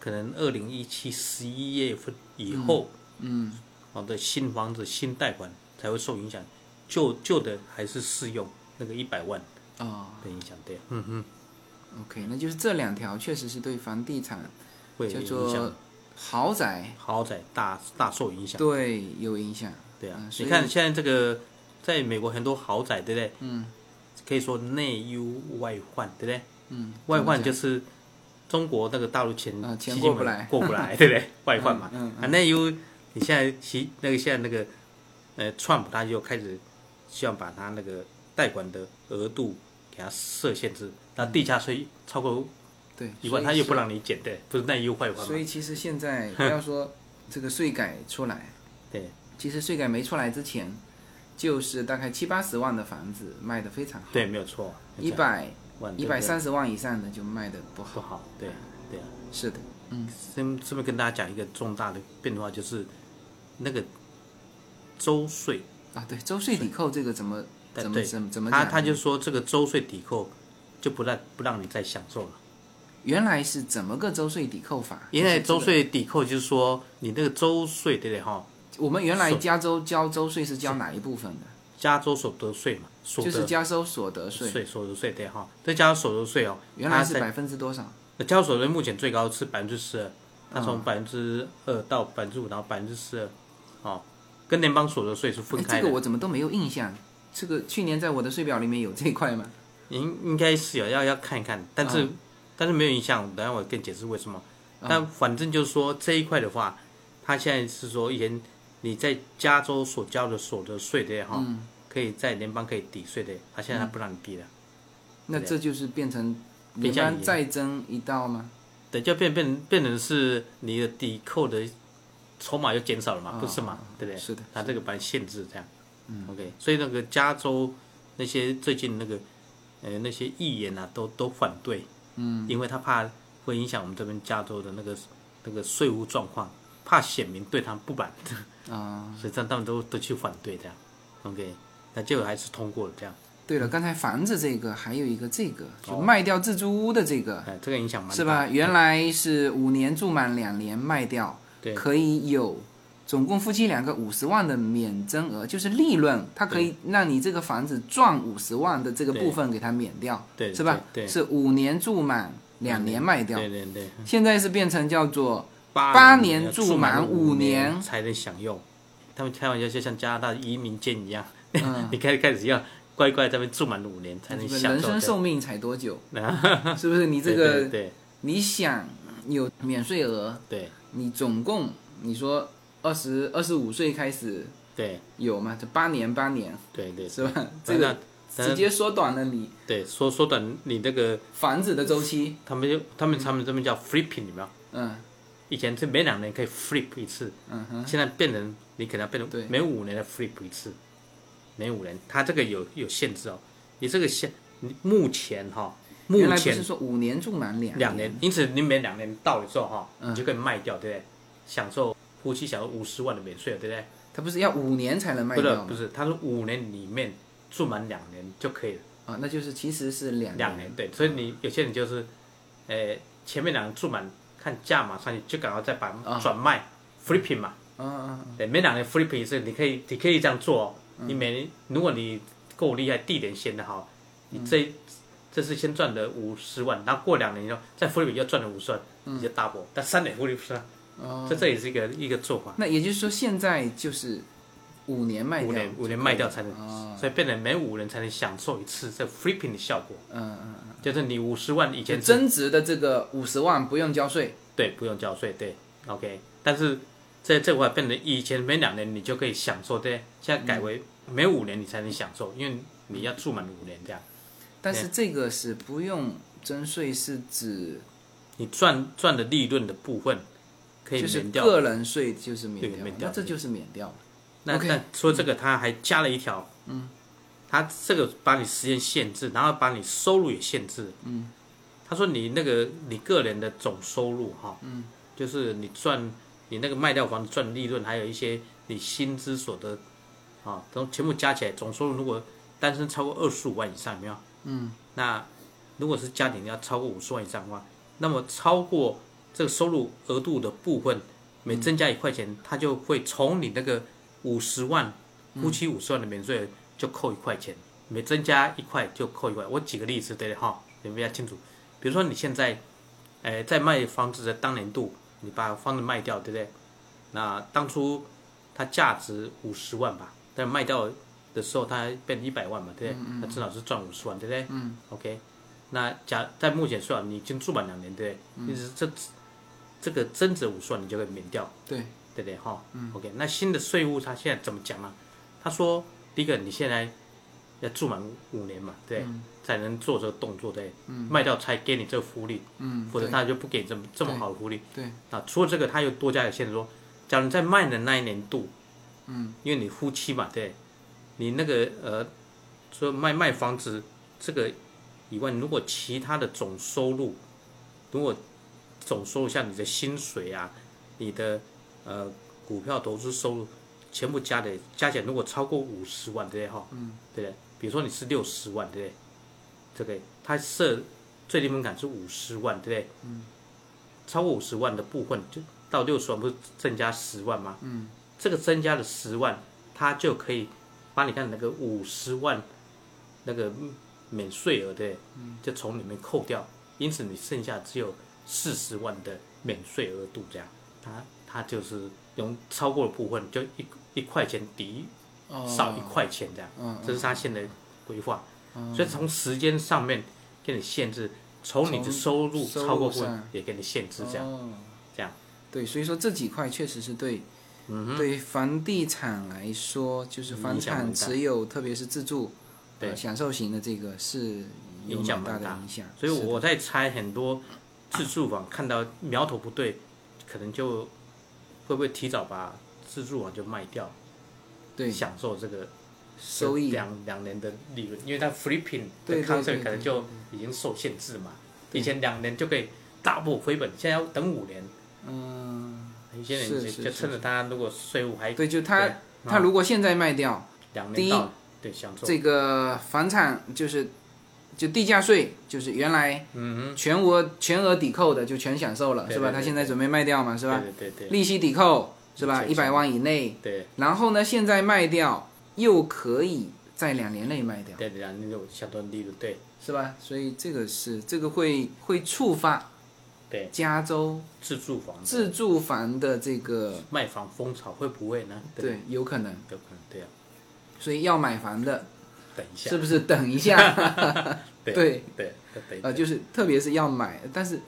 可能二零一七十一月份以后，嗯，好、的新房子新贷款才会受影响，旧旧的还是适用那个一百万
哦
的影响，对，嗯嗯，
，OK，那就是这两条确实是对房地产
会有
叫
影响
做，豪宅
豪宅大大受影响。
对有影响。
对啊
嗯，所
你
以
看现在这个，在美国很多豪宅，对不对？嗯，可以说内忧外患，对不对？
嗯，
外患
怎
就
么
是中国那个大陆钱
啊
习近
钱
平
过不来
过不
*laughs*
来，对不对？外患嘛，
嗯嗯
啊，内忧，你现在习那个现在那个，呃，川普他就开始希望把他那个贷款的额度给他设限制，那地价税超过
对，
一万，
嗯所以
他又
是
不让你减，对，不是内忧外患
所以
嘛？
其实现在不要说这个税改出来，
对，
其实税改没出来之前，就是大概七八十万的房子卖得非常好，
对，没有错，
一百
万，
一百三十万以上的就卖得不
不
好。
好，对对啊。
是的，
先这边跟大家讲一个重大的变化，就是那个周税，
啊，对，周税抵扣这个怎么
但
怎么
哎对
怎么怎么
他
讲
他就说这个周税抵扣就不让不让你再享受了，
原来是怎么个周税抵扣法？
因为周
就是
税抵扣就是说你那个周税对不对哈？
这个我们原来加州交周税是交哪一部分的？
加州所得税嘛，所
就是
得
加州所得税，
税所得税对哈，再加上所得税哦，
原来
它
是
在
百分之多少？
交所得目前最高是百分之十二，它
嗯
从百分之二到百分之五，然后百分之十二，哦，跟联邦所得税是分
哎
开
这
的。
个我怎么都没有印象。这个去年在我的税表里面有这一块吗？
应应该是啊有要要看一看，但是、
嗯
但是没有影响，等下我跟你解释为什么。
嗯
但反正就是说这一块的话，它现在是说以前你在加州所交的所得税的哈，
嗯
可以在联邦可以抵税的，它现在它不让你抵了，
那这就是变成联
变相
邦
一
再增一道吗？
对，就变变变成是你的抵扣的筹码又减少了嘛，不是嘛？对不对？
啊是的嗯
它这个把你限制这样。OK，所以那个加州那些最近那个呃那些议员啊，都都反对，嗯，因为他怕会影响我们这边加州的那个那个税务状况，怕选民对他不满，
啊、
*laughs* 所以他他们都都去反对这样。OK，那结果还是通过了这样，
对了，刚才房子这个还有一个这个，就
嗯哦
卖掉自住屋的这个、
哎、这个影响蛮大
啊是吧？？原来是五年住满两年卖掉，
对
可以有总共夫妻两个五十万的免征额，就是利润，它可以让你这个房子赚五十万的这个
对
部分给它免掉，
对
是吧？
对对
是五年住满两年卖掉，
对对对，
现在是变成叫做八
八
年
年
住满五
五
年
才能享用。他们开玩笑，就像加拿大移民监一样，
嗯
*laughs* 你开开始要乖乖在那边住满五年才能享
人
受
生
这
寿命才多久？
*laughs* 个。
*laughs* 是不是？你这
对
个
对对
你想有免税额，
对
你总共你说二十二十五岁开始
对
有吗？这八年八年
对对，
是吧？
那
*laughs* 这个
那
直接缩短了你
对缩缩短你那个，
房子的周期。
他们就他们他们这边叫 flipping，有没有？
嗯
以前是每两年可以 flip 一次，
嗯哼，
现在变成你可能要变
对
成每五年的 flip 一次，每五年，它这个有有限制哦。你这个限，你目前哈、目
原来不
前
是说五年住满两
两年，因此你每两年到了之后哈，
嗯
你就可以卖掉，对不对？享受夫妻享受五十万的免税，对不对？
他不是要五年才能卖
不
掉
是
吗？
不是，他说五年里面住满两年就可以了，
啊，那就是其实是两
两年对，所以你有些人就是，呃，前面两年住满，看价码上去就赶快再把
啊
转卖，flipping 嘛，
啊啊
对，每两年 flipping 一次，你可以你可以这样做哦，你每年如果你够厉害，地点先的哈，
嗯
你这这次先赚了五十万，然后过两年以后再 flipping 又赚了五十万，
嗯
你就 double，但三年 flipping 是吧
啊啊
这！这也是一个一个做法，
那也就是说现在就是五年卖掉
五
就可以了，
年五年卖掉才
啊
能，所以变成每五年才能享受一次这 flipping 的效果，
嗯嗯嗯，
就是你五十万以
就
前
增值的这个五十万不用交税。
对不用交税，对，OK，但是在这块变成以前每两年你就可以享受，对，现在改
嗯
为每五年你才能享受，因为你要住满五年这样，
但是这个是不用征税，是指
你赚赚的利润的部分可以
就是
免掉，
个人税就是免掉
对
了
免，掉
那这就是免掉了。
那
OK
那说这个，他还加了一条，嗯，他这个把你时间限制，然后把你收入也限制，嗯，他说你那个你个人的总收入哈，嗯，就是你赚你那个卖掉房子赚利润，还有一些你薪资所得，啊，都全部加起来总收入，如果单身超过二十五万以上，有没有？嗯，那如果是家庭要超过五十万以上的话，那么超过这个收入额度的部分，每增加一块钱，它就会从你那个五十万夫妻五十万的免税额就扣一块钱，每增加一块就扣一块。我举个例子，对不对哈？你们比较清楚。比如说你现在，呃，在卖房子的当年度，你把房子卖掉，对不对？那当初它价值五十万吧，但卖掉的时候它变一百万嘛，对不对？那至少是赚五十万，对不对？嗯。OK，那假在目前算你已经住满两年，对不对？就是这这个增值五十万，你就可以免掉。
对，
对不对哈？嗯，OK，那新的税务它现在怎么讲呢？啊他说，第一个你现在要住满五年嘛，对不
嗯
对，才能做这个动作，对，嗯、卖掉才给你这个福利，
嗯，
否则
对
他就不给你这么这么好的福利。
对，
啊，除了这个，他又多加一个限制说，假如你在卖的那一年度，嗯，因为你夫妻嘛，对，你那个呃，说卖卖房子这个以外，如果其他的总收入，如果总收入像你的薪水啊，你的呃股票投资收入全部加的加起来，如果超过五十万，对不对哈？嗯，对不对？比如说你是六十万，对不对？这个它设最低门槛是五十万，对不对？超过五十万的部分，就到六十万不是增加十万吗？嗯，这个增加了十万，它就可以把你看那个五十万那个免税额的，就从里面扣掉，因此你剩下只有四十万的免税额度这样，它它就是用超过的部分就一一块钱抵
哦
少一块钱这样，
嗯
这是它现在的规划，所以从时间上面给你限制，从你的
从
收入
收入
超过部分
上
也给你限制这样，
哦
这样，
对，所以说这几块确实是对，对房地产来说，就是
嗯
房
影响
产
很大
持有，特别是自住、
对
呃享受型的这个是有
影响
蛮大
蛮
的
大
影响。
所以
是的
我在猜很多自住房看到苗头不对，可能就会不会提早把自住房就卖掉，
对
享受这个
收益
两两年的利润，因为它 flipping 的
对对
concept
对
可能
对
就已经受限制嘛，
对
以前两年就可以大步回本，现在要等五年，
嗯，
有些人
是
就是就是趁着他如果税务还
对，就他
对
他如果现在卖掉，
两
第
年
一
到了，对，享受，
这个房产就是就地价税，就是原来
嗯
全额全额抵扣的就全享受了，
对
是吧？
对对
他现在准备卖掉嘛，是
哼，
吧？
对对对对
利息抵扣是吧？一
全
百
享
万以内，
对
然后呢，现在卖掉又可以在两年内卖掉，
对，两年有相当利润，对
是吧？所以这个是这个会会触发
对，
加州
自住房的
自住房的这个
卖房风潮会不会呢？不
对，有可能。
有可能对啊，
所以要买房的，
等一下，
是不是等
*laughs*
一下？
对
对
对，要等一
呃，
下
就是特别是要买，但是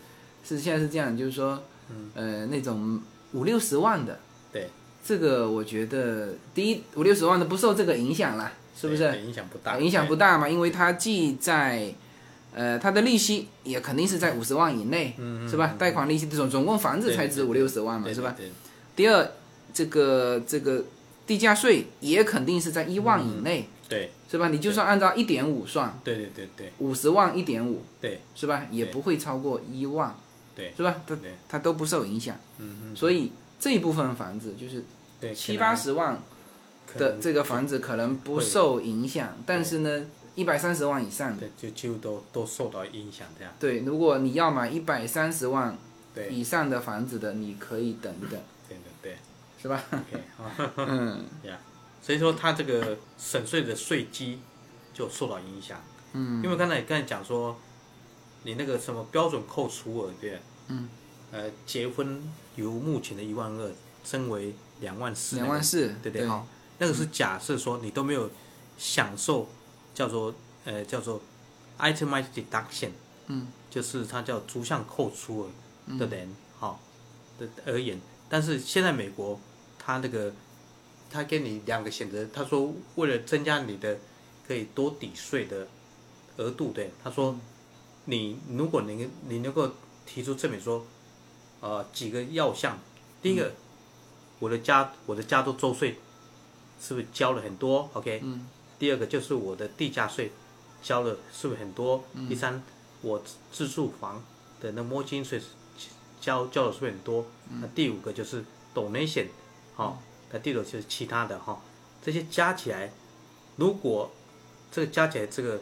是现在是这样，就是说，
嗯
呃，那种五六十万的，
对，
这个我觉得第一五六十万的不受这个影响啦，是不是？呃
对影响不大？
影响不
对
大嘛，因为它既在，呃，它的利息也肯定是在五十万以内，
嗯
是吧？贷款利息这种，总共房子才值
对
五
对对
六十万嘛，
对
是吧？
对
第二，这个这个地价税也肯定是在一万以内，
嗯对
是吧？你就算按照一点五算，
对对对对
五十万一点五，
对
是吧？也
对
不会超过一万，
对
是吧？它
对
它都不受影响，
嗯
所以这一部分房子就是
对，
七八十万
可能
的这个房子可能不
会
受影响，但是呢，一百三十万以上的。
对就几乎都都受到影响这样。
对，如果你要买一百三十万
对对
以上的房子的，你可以等一等，
对对
是吧？
，OK 啊，
*laughs* 嗯，
所以说它这个省税的税基就受到影响。嗯，因为刚才刚才讲说，你那个什么标准扣除额对，嗯，呃，结婚由目前的一万二升为两万四，
两万四，
对
对
对，好，那个是假设说你都没有享受叫做呃叫做 itemized deduction，
嗯，
就是它叫逐项扣除额的人，好、的而言，但是现在美国它那个它给你两个选择，他说为了增加你的可以多抵税的额度，对，他说你如果你你能够提出证明说，呃几个要项，第一个。我的加我的加州州税是不是交了很多？OK，
嗯
第二个就是我的地价税交了是不是很多？
嗯
第三，我自住房的那摸金税交交了是不是很多？
嗯
那第五个就是 donation，好、那第六就是其他的哈、这些加起来，如果这个加起来这个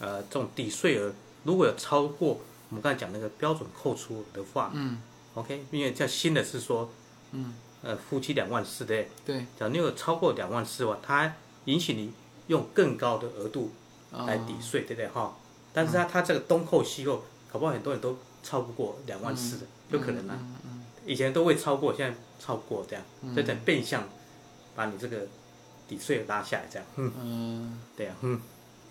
呃这种抵税额如果有超过我们刚才讲那个标准扣除的话，
嗯
，OK，因为像新的是说
嗯，
呃夫妻两万四对不对，
对，
假如你有超过两万四的话，它允许你用更高的额度
哦
来抵税，对不对
嗯
哈？但是它它这个东扣西扣，搞不好很多人都超不过两万四的，
嗯
有可能啊。以前都会超过，现在超不过这样，所以等变相把你这个抵税拉下来，这样，嗯，
嗯，
对啊，嗯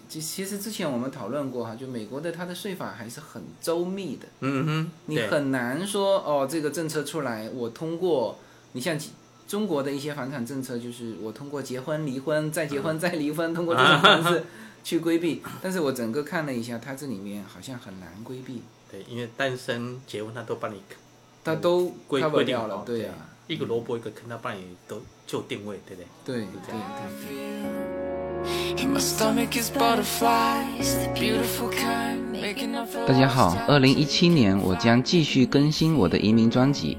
其其实之前我们讨论过哈，就美国的它的税法还是很周密的，
嗯哼，
你
对
很难说哦，这个政策出来，我通过你像其。中国的一些房产政策就是我通过结婚、离婚、再结
嗯
婚、再离婚，通过这种
*laughs*
方式去规避。但是我整个看了一下，它这里面好像很难规避，
对，因为单身结婚他都帮你
它都
嗯规
cover
规定
掉
好
了，，对啊嗯呀、
一个萝卜一个坑，他帮你都就定位，对不对？
对对对对。
And your
My stomach is butterflies, the beautiful kind, making up for
大家好，二零一七年我将继续更新我的移民专辑。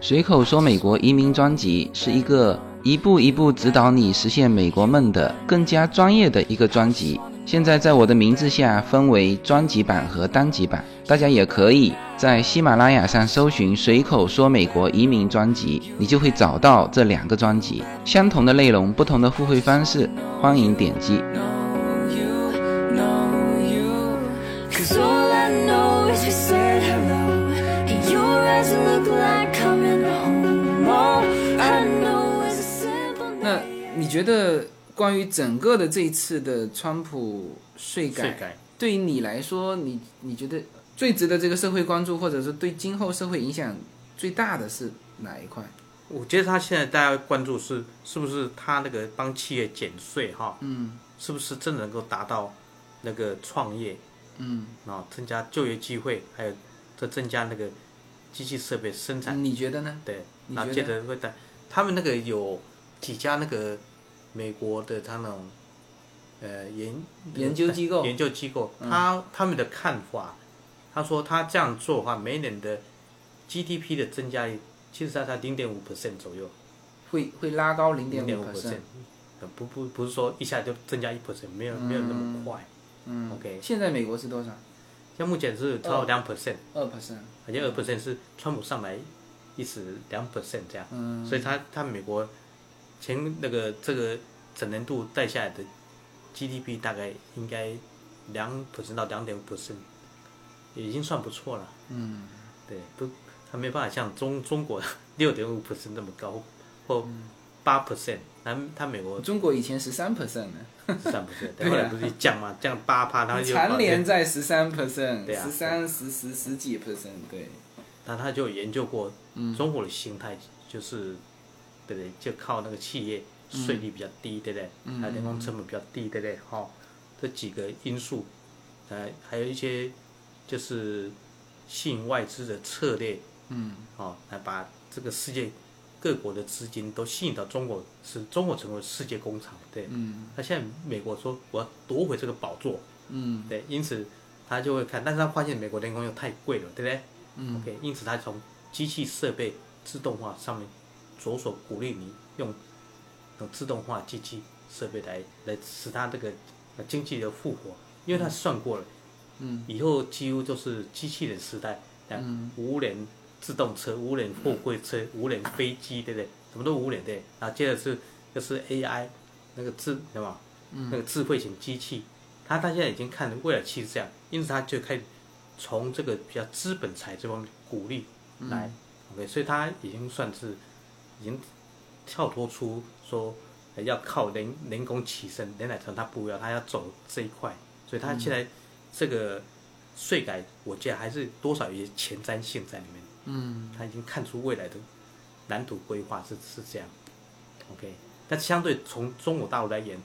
随口说美国移民专辑是一个一步一步指导你实现美国梦的更加专业的一个专辑。现在在我的名字下分为专辑版和单集版，大家也可以在喜马拉雅上搜寻“随口说美国移民专辑”，你就会找到这两个专辑。相同的内容，不同的付费方式，欢迎点击。
know you, know you.
Cause all I know is we said hello. And your eyes look
觉得关于整个的这一次的川普税改，
税改
对于你来说，你你觉得最值得这个社会关注，或者说对今后社会影响最大的是哪一块？
我觉得他现在大家关注是是不是他那个帮企业减税哈，嗯，是不是真的能够达到那个创业，嗯，啊，增加就业机会，还有再增加那个机器设备生产，
你觉得呢？
对，
你
那
觉
接
得
着会带他们那个有几家那个美国的他那种呃研
研究机构嗯
研究机构，他他们的看法，他说他这样做的话，每年的 GDP 的增加率其实它才零点五 percent 左右。
会会拉高零点
零点五
五 percent？
不不不是说一下就增加一 percent，没有、没有那么快。嗯，OK，
现在美国是多少？
像目前是超两 percent，
二 percent。
而且二 percent 是川普上来一时两 percent 这样，
嗯
所以他他美国前那个这个整年度带下来的 GDP 大概应该两 percent 到两点五 percent，已经算不错了。嗯，对，不，他没办法像中中国 *laughs* 六点五 percent 那么高，或
嗯
八 percent，他他美国
中国以前十三 percent 呢，
算不
*laughs*
是，
对啊
后来不是一降嘛，降八趴，他就
蝉联在十三 percent，
对啊
十三、十十十几 percent，对，
那他就研究过中国的形态，就是对不对？就靠那个企业税率比较低，对不对？还有人工成本比较低，对不对？哈、这几个因素，呃，还有一些就是吸引外资的策略，嗯，哦，来把这个世界各国的资金都吸引到中国，使中国成为世界工厂，对，嗯，那现在美国说我要夺回这个宝座，嗯，对，因此他就会看，但是他发现美国人工又太贵了，对不对？嗯，OK，因此他从机器设备自动化上面着手鼓励你用用自动化机器设备来来使它这个呃经济的复活，因为他算过了，嗯，以后几乎就是机器人时代，嗯，无人自动车、无人货柜车、无人飞机，对不对？什么都无人对，然后啊接着是就是 AI 那个智什么、那个智慧型机器，他他现在已经看未来趋势这样，因此他就开始从这个比较资本财这方面鼓励来、o k 所以他已经算是已经跳脱出说呃要靠人人工起身，人来成他不要，他要走这一块，所以他现在这个税改，我觉得还是多少有一些前瞻性在里面。嗯，他已经看出未来的蓝图规划是是这样，OK。但相对从中国大陆来言，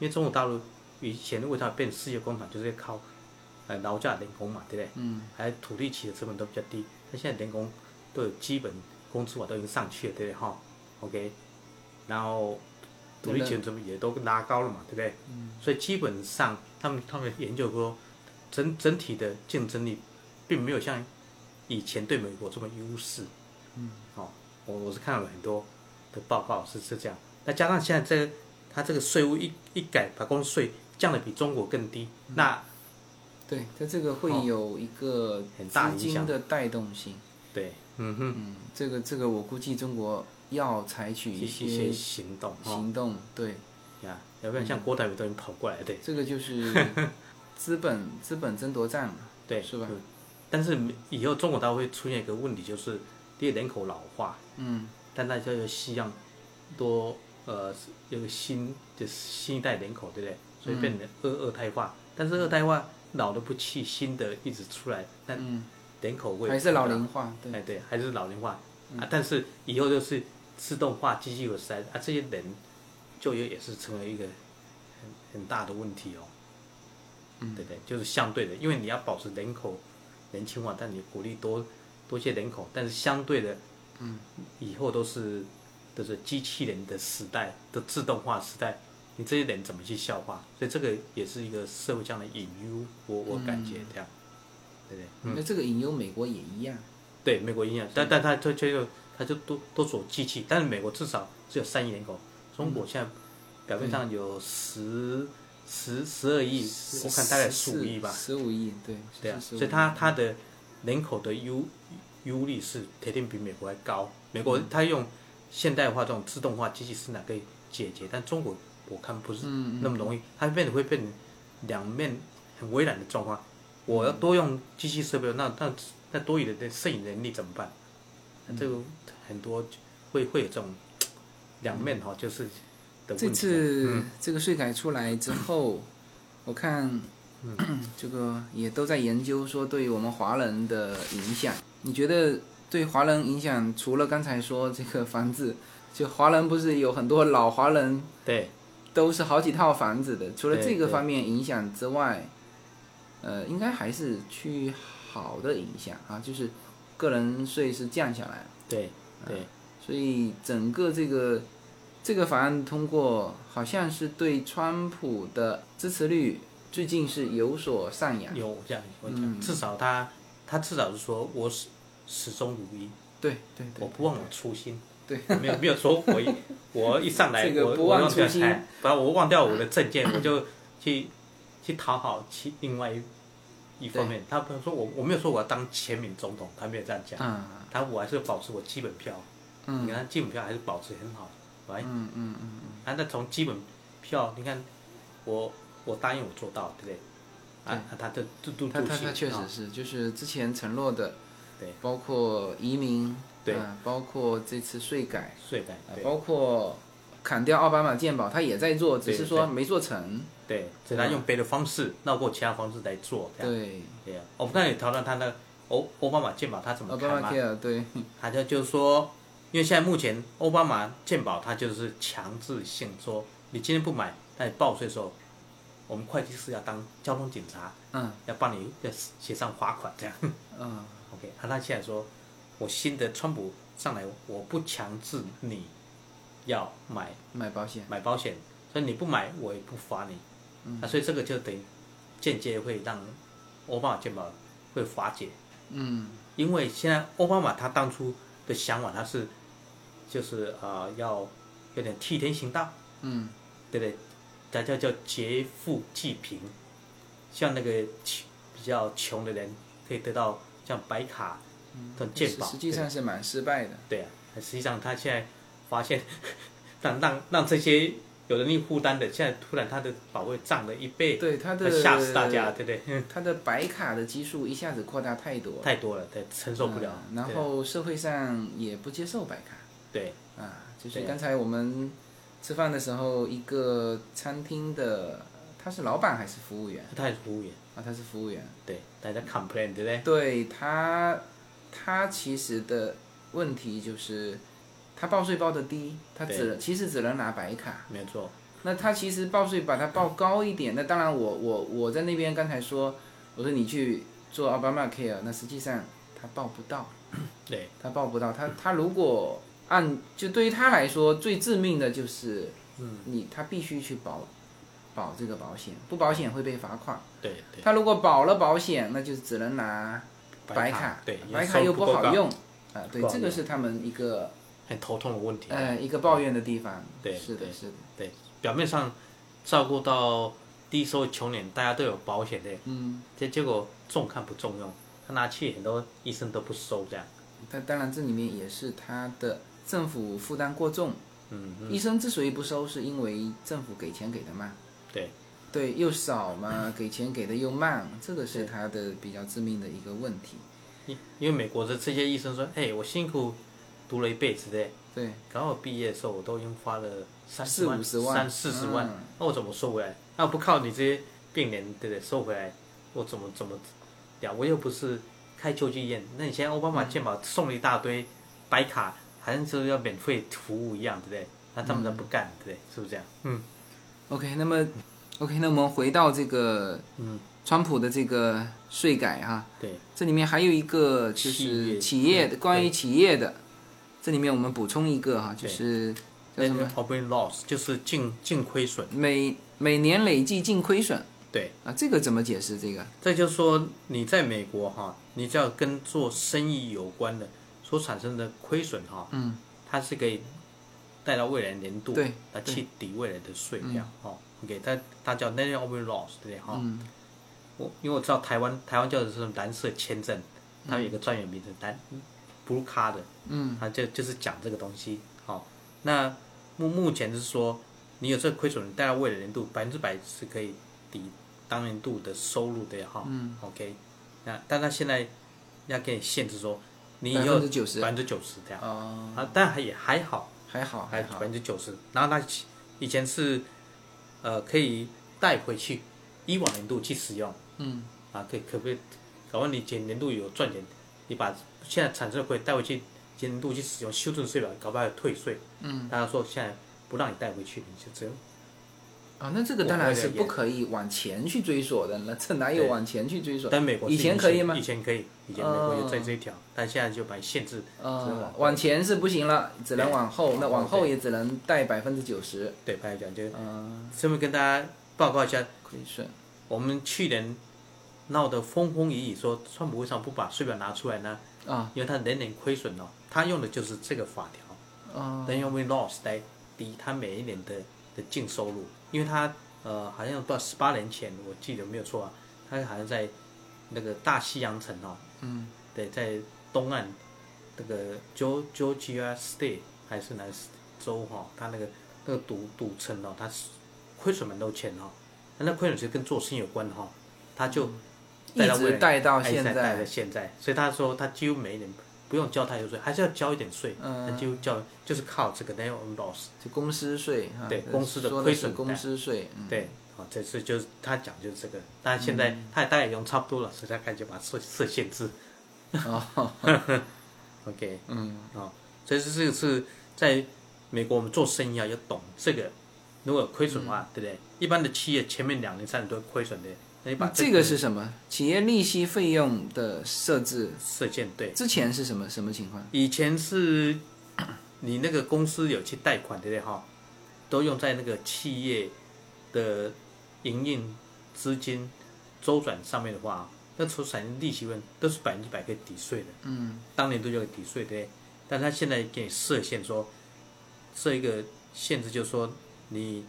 因为中国大陆以前为它变世界工厂，就是靠呃劳驾人工嘛，对不对？嗯。还有土地起的成本都比较低，那现在人工都有基本工资嘛，都已经上去了，对不对哈？OK，然后土地起的成本也都拉高了嘛，对不对？嗯。所以基本上他们他们研究说，整整体的竞争力并没有像以前对美国这么优势。嗯。哦，我我是看了很多的报告是是这样，那加上现在这个他这个税务一一改，把公司税降的比中国更低，
嗯
那
对，它这个会
哦
有一个
很大
资
影
金
响
的带动性，
对，嗯哼，
嗯，这个这个我估计中国要采取
一
一
些一些
些
行动哦
行动，对，
呀，要不然像郭台铭都已经跑过来，对
这个就是
*laughs*
资本资本争夺战嘛，
对，
是吧
嗯？但是以后中国它会出现一个问题，就是第一人口老化，
嗯，
但大家又希望多呃有个新的新一代人口，对不对？所以变成二二胎化，但是二胎化老的不去，新的一直出来，但人口会
嗯还是老
增长
龄化，对
哎，，对，还是老龄化、啊，但是以后就是自动化、机器有时代啊，这些人就业也是成为一个很很大的问题哦。嗯，对不对，就是相对的，因为你要保持人口年轻化，但你鼓励多多些人口，但是相对的，嗯，以后都是都是机器人的时代，的自动化时代，你这些人怎么去消化？所以这个也是一个社会上的隐忧，我我感觉这样，对不对？嗯
那这个引诱美国也一样，
对美国影响，但但他他却又他就都都走机器，但是美国至少只有三亿人口，中国现在表面上有十十十二亿，我看大概十五亿吧，
十五亿，对，
对啊，
是
所以它它的人口的优优率是铁定比美国还高。美国
嗯
它用现代化这种自动化机器生产可以解决，但中国我看不是
嗯
那么容易，它变得会变成两面很为难的状况。我要多用机器设备，那那那多余的这摄影能力怎么办？
嗯
那这个很多会会有这种两面哈，就是的问题啊嗯
这
了。
次这个税改出来之后，我看
嗯
这个也都在研究说对于我们华人的影响。你觉得对华人影响，除了刚才说这个房子，就华人不是有很多老华人
嗯对
都是好几套房子的，除了
对
这个
对
方面影响之外，呃，应该还是去好的影响啊，就是个人税是降下来了。
对
啊
对
所以整个这个这个法案通过，好像是对川普的支持率最近是有所上扬。
有这样有这
嗯
样，至少他他至少是说我始始终如一，
对对
我
对，
不忘我初心。
对，
*laughs* 没有没有说我一我一上来
这个
我
不
我
忘
忘掉
初心
台，把我忘掉我的证
*coughs*
件，我就去去讨好其另外一一方面。他不是说我我没有说我要当前民总统，他没有这样讲。
啊，
他我还是保持我基本票，
嗯
你看基本票还是保持很好，来，
嗯嗯嗯，
啊，那从基本票，你看我我答应我做到，对不对？啊，啊他这这都
他
都
他
行
他确实
啊
是，就是之前承诺的，
对
包括移民，
对
啊包括这次税改，
税改，
啊
对
包括砍掉奥巴马健保，他也在做，只
对
是说
对
没做成。
对，所以他
嗯
用别的方式绕过其他方式来做，这样
对，
对呀。啊我们刚才也讨论他那个欧奥巴马健保他怎么
奥
看
巴
嘛
马 care 对，
他就就是说，因为现在目前奥巴马健保它就是强制性说，你今天不买，那你报税的时候，我们会计师要当交通警察，
嗯
要帮你要写上罚款这样。 *laughs*
嗯
OK，那啊他现在说，我新的川普上来，我不强制你要买
买保险，
买保险，所以你不买我也不罚你。
嗯
那所以这个就等于间接会让奥巴马健保会瓦解，
嗯
因为现在奥巴马他当初的想法他是就是啊、呃要有点替天行道，
嗯
对不对？大家叫劫富济贫，像那个穷比较穷的人可以得到像白卡这种健
嗯实
保，
实际上是蛮失败的。
对啊，实际上他现在发现 *laughs* 让让让这些有能力负担的，现在突然他的保费涨了一倍，
对他的
吓死大家，对不对？
他的白卡的基数一下子扩大太多，
太多了，对，承受不了。
嗯然后社会上也不接受白卡
对
啊，就是
对
刚才我们吃饭的时候，一个餐厅的他是老板还是服务员
对，他也是服务员，
啊？他是服务员，
对，大家 complain，对不对？
对他，他其实的问题就是他报税报的低，他只
对
其实只能拿白卡，
没有错，
那他其实报税把它报高一点，那当然我我我在那边刚才说，我说你去做奥巴马 care，那实际上他报不到，
对
他报不到，他他如果按就对于他来说最致命的就是，嗯，你他必须去保保这个保险，不保险会被罚款。
对对。
他如果保了保险，那就只能拿白
卡，对，
白
因
卡
为收
又
入不
不
够
好
高，
用啊。对
不，好
这个
用
是他们一个
很头痛的问题。
呃一个抱怨的地方。
对
是的，
对
是的，
对，表面上照顾到低收入穷人，大家都有保险的，
嗯。
结结果重看不重用，他拿去很多医生都不收这样。
但当然，这里面也是他的政府负担过重。
嗯，
医生之所以不收，是因为政府给钱给的慢，
对
对，又少嘛，给钱给的又慢，这个是
对
他的比较致命的一个问题。
因因为美国的这些医生说，哎，我辛苦读了一辈子的，
对，
刚好毕业的时候我都已经花了三
四
万、
五十万
三四十万，
嗯
那我怎么收回来？那我不靠你这些病人对不对收回来，我怎么怎么呀？我又不是开救济院，那你现在奥巴马健保送了一大堆白卡，好像就是要免费服务一样，对不对？那他们都不干，对不对？是不是这样？嗯，
OK，那么 OK，那我们回到这个
嗯，
川普的这个税改哈、
对。
这里面还有一个就
企
是
业
企业的，
嗯
关于
对
企业的，这里面我们补充一个哈、就是叫
那
什
个
么？
operating loss 就是净净亏损，
每每年累计净亏损
对，
啊，这个怎么解释？这个？
这就是说你在美国哈，你只要跟做生意有关的所产生的亏损哈，
嗯，
它是可以带到未来年度
对
来
对
去抵未来的税这样哈。OK，它它叫 net operating loss 对不对哈？
嗯
我因为我知道台湾台湾叫的是蓝色签证，它有一个专有名字蓝 blue card 的，
嗯
它就就是讲这个东西。好，那目目前是说，你有这个亏损，带到未来年度百分之百是可以抵当年度的收入的哈。
嗯
，OK，那但他现在要给你限制说，你以后
90%
百分之九十这样。
哦，
啊，但还也还好，
还好
还百
还好，
分之九十，然后他以前是呃可以带回去以往年度去使用
嗯
啊，可以可不可以？搞问你前年度有赚钱，你把现在产生的回带回去前年度去使用，修正税表，搞不好有退税。
嗯
大家说现在不让你带回去，你就只有
啊，那这个当然是不可以往前去追索的，那这哪有
对
往前去追索？
但美国是
以前可以吗
以？前可以，以前美国有在这一条，但现在就把你限制，只能
呃
往，
往前是不行了，只能往后，那往后
对
也只能贷百分之九十，
对，白讲就
嗯，
顺便跟大家报告一下，
亏损，
我们去年闹得风风雨雨，说川普为什么不把税表拿出来呢？
啊
因为他年年亏损哦，他用的就是这个法条，
啊，
能用 win loss 来抵他每一年的的净收入，因为他呃好像不知道十八年前我记得没有错啊，他好像在那个大西洋城哦，
嗯
对，在东岸那个 Geo- Georgia State 还是哪个州哈、他那个那个赌赌城哦，他是亏损蛮多钱哦，那亏损其实跟做生意有关哈、他就带
嗯
到
一直
未来
带到
哎
现
一直带
在
到现在，所以他说他几乎每一年不用交太多税，还是要交一点税，
嗯
他就交就是靠这个 net loss，
就公司税哈，
对
这
公司的
说的
亏
是
损
公
贷
司税，嗯，
对。哦，这次就是他讲就是这个，但现在他也大概用差不多了，所以他开始把设设限制。
哦，
*laughs* OK，
嗯
啊、所以是这个是在美国我们做生意啊要懂这个，如果有亏损
嗯
的话，对不对？一般的企业前面两年三年都会亏损的，那你把
嗯那这
个
个是什么？企业利息费用的设置
射箭对，
之前是什么什么情况？
以前是 *coughs* 你那个公司有去贷款，对不对哈？都用在那个企业的营运资金周转上面的话，那除产生利息问都是百分之百可以抵税的。
嗯
当年都叫抵税，对不对？但他现在给你设限说，设一个限制，就是说你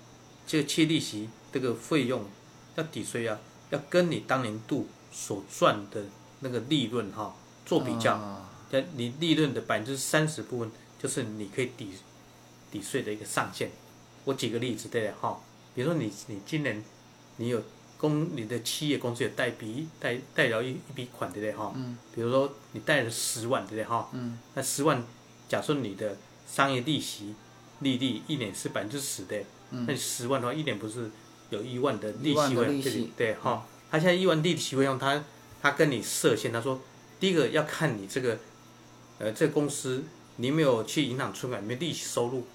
这个期利息这个费用要抵税啊，要跟你当年度所赚的那个利润哈、做比较，
哦
但你利润的百分之三十部分就是你可以抵抵税的一个上限。我举个例子，对不对哈、比如说你你今年你有公你的企业公司有贷笔贷贷了一一笔款，对不对哈、
嗯
比如说你贷了十万，对不对哈？
嗯
那十万，假设你的商业利息利率一年是百分之十的，那
嗯
你十万的话，一年不是有一万的利
一万
息
的
会
利息嗯
对对哈？他现在一万利息会用他他跟你设限，他说第一个要看你这个呃这个公司你有没有去银行存款，有没有利息收入。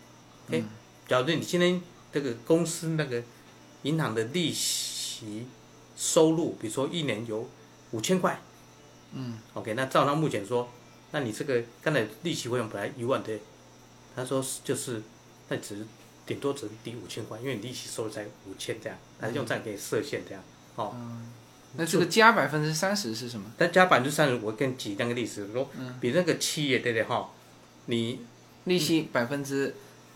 嗯
哎、假如你今天这个公司那个银行的利息收入，比如说一年有五千块。
嗯
OK，那照他目前说，那你这个刚才利息费用本来一万对，他说是就是，那只是顶多只是抵五千块，因为你利息收入才五千这样，他用这样给你设限这样，哦，
嗯，那这个加百分之三十是什么？
但加百分之三十，我跟你举那个例子说
嗯，
比那个企业对不对哈，你
利息百分之，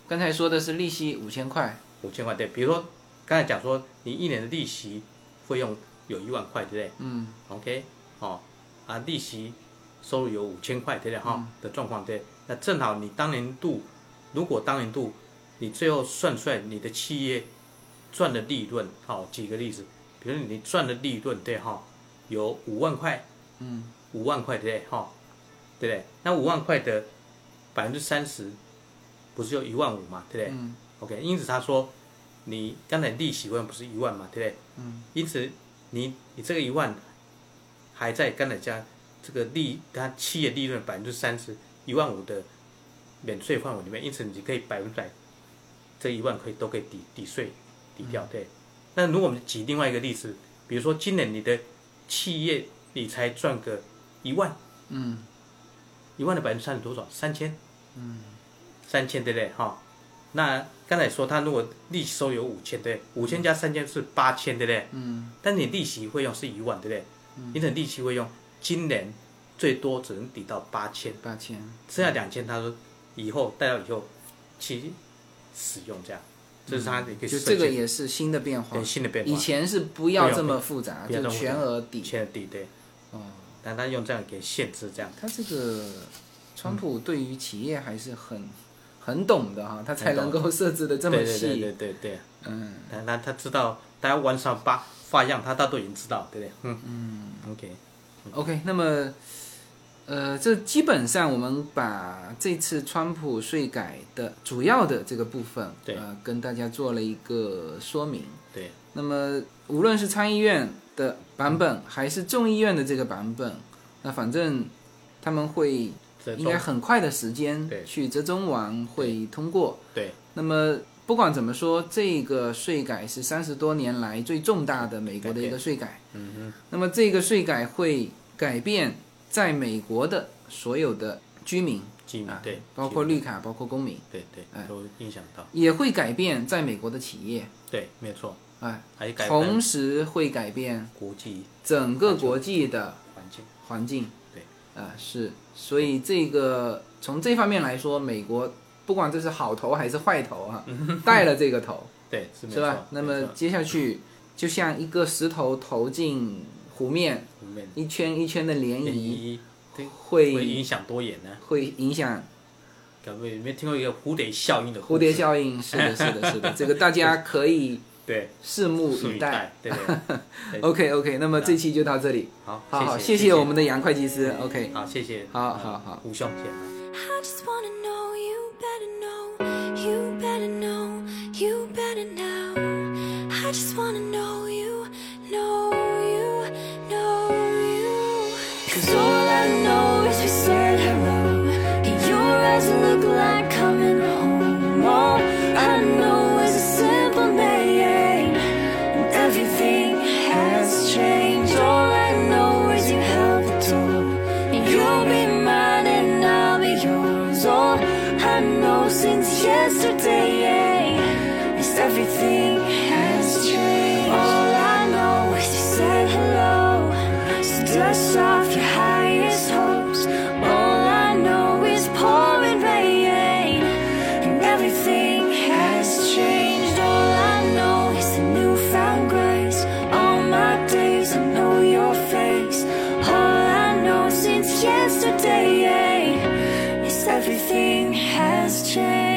刚才说的是利息五千块，
五千块对，比如说刚才讲说你一年的利息费用有一万块对不对？
嗯
OK，哦，啊，利息收入有五千块，对不对哈、的状况，对，那正好你当年度，如果当年度你最后算出来你的企业赚的利润，好、举个例子，比如你赚的利润，对哈、有五万块，
嗯
五万块，对不对哈、对不对？那五万块的百分之三十，不是就一万五嘛，对不对、
嗯
o k 因此他说，你刚才利息问不是一万嘛，对不对？
嗯
因此你你这个一万还在刚才讲这个利，它企业利润百分之三十一万五的免税范围里面，因此你可以百分之百这一万可以都可以抵抵税抵
嗯
掉。对，那如果我们举另外一个例子，比如说今年你的企业你才赚个一万，
嗯
一万的百分之三十多少？三千，
嗯
三千对不对？哈、那刚才说他如果利息收有五千，对不对，五千加三千是八千，对不对？
嗯
但你利息费用是一万，对不对？你的利息费用今年最多只能抵到八千，
八千，
剩下两千，他说以后带到以后去使用，这样，这是他的一个
嗯就
设
这
计
个也是新的变化
对，新的变化。
以前是不要这么复杂，
不要
就
这么复杂
全额抵
以。前的抵对，
哦，
但他用这样给限制这样。
他这个
嗯
川普对于企业还是很很懂的哈，他才能够设置的这
对
么
对对对
细。
对对，
嗯，
但他他知道大家玩上八花样，他大都已经知道，对不对？嗯嗯，OK，
OK，那么
呃，这基本上我们把这次川普税改的主要的这个部分，
对
呃，跟大家做了一个说明。
对，
那么无论是参议院的版本，还是众议院的这个版本，那反正他们会
这
应该很快的时间
对
去折中完会通过。
对
那么不管怎么说，这个税改是三十多年来最重大的美国的一个税改。嗯那么这个税改会改变在美国的所有的居民
基民
啊，
对，
包括
基民
绿卡，包括公民，
对对
哎
都影响到，
也会改变在美国的企业，
对，没错，
哎，
还改
同
变
时会改变
国际
整个国际的
环境，
环境。
对，
啊、是，所以这个从这方面来说，美国不管这是好头还是坏头
*laughs*
啊，带了这个头，
对，是没
是吧
错？，
那
没
么
错
接下去就像一个石头投进湖面，
我们
一圈一圈的涟
联
漪，
谊对会
会
影响多远呢？
会影响
各位有没有听过一个蝴蝶效应的故
蝴蝶
事？
效应。是的，是的，是的，这个大家可以
对，
拭目
树
以
一
待
代。，对对，对
OK OK，那么这期就到这里。
好，
好好，
谢
谢谢我们的杨会计师。OK，
好，谢谢，
*laughs* 好
呃
好好
吴兄，谢谢。
I just wanna know, you better know, you better know, you better know. I just wanna know you, know you, know you. Cause all I know is we said hello, and your eyes look like coming home. All I know is a simple name, and everything has changed. All I know is you held the door. You'll be mine and I'll be yours. All I know since yesterday is everything has changed. All I know is you said hello. So dust off your highest hopes. All I know is pouring rain. And everything has changed. All I know is the newfound grace. All my days I know your face. All I know since yesterday is everything eh? has changed.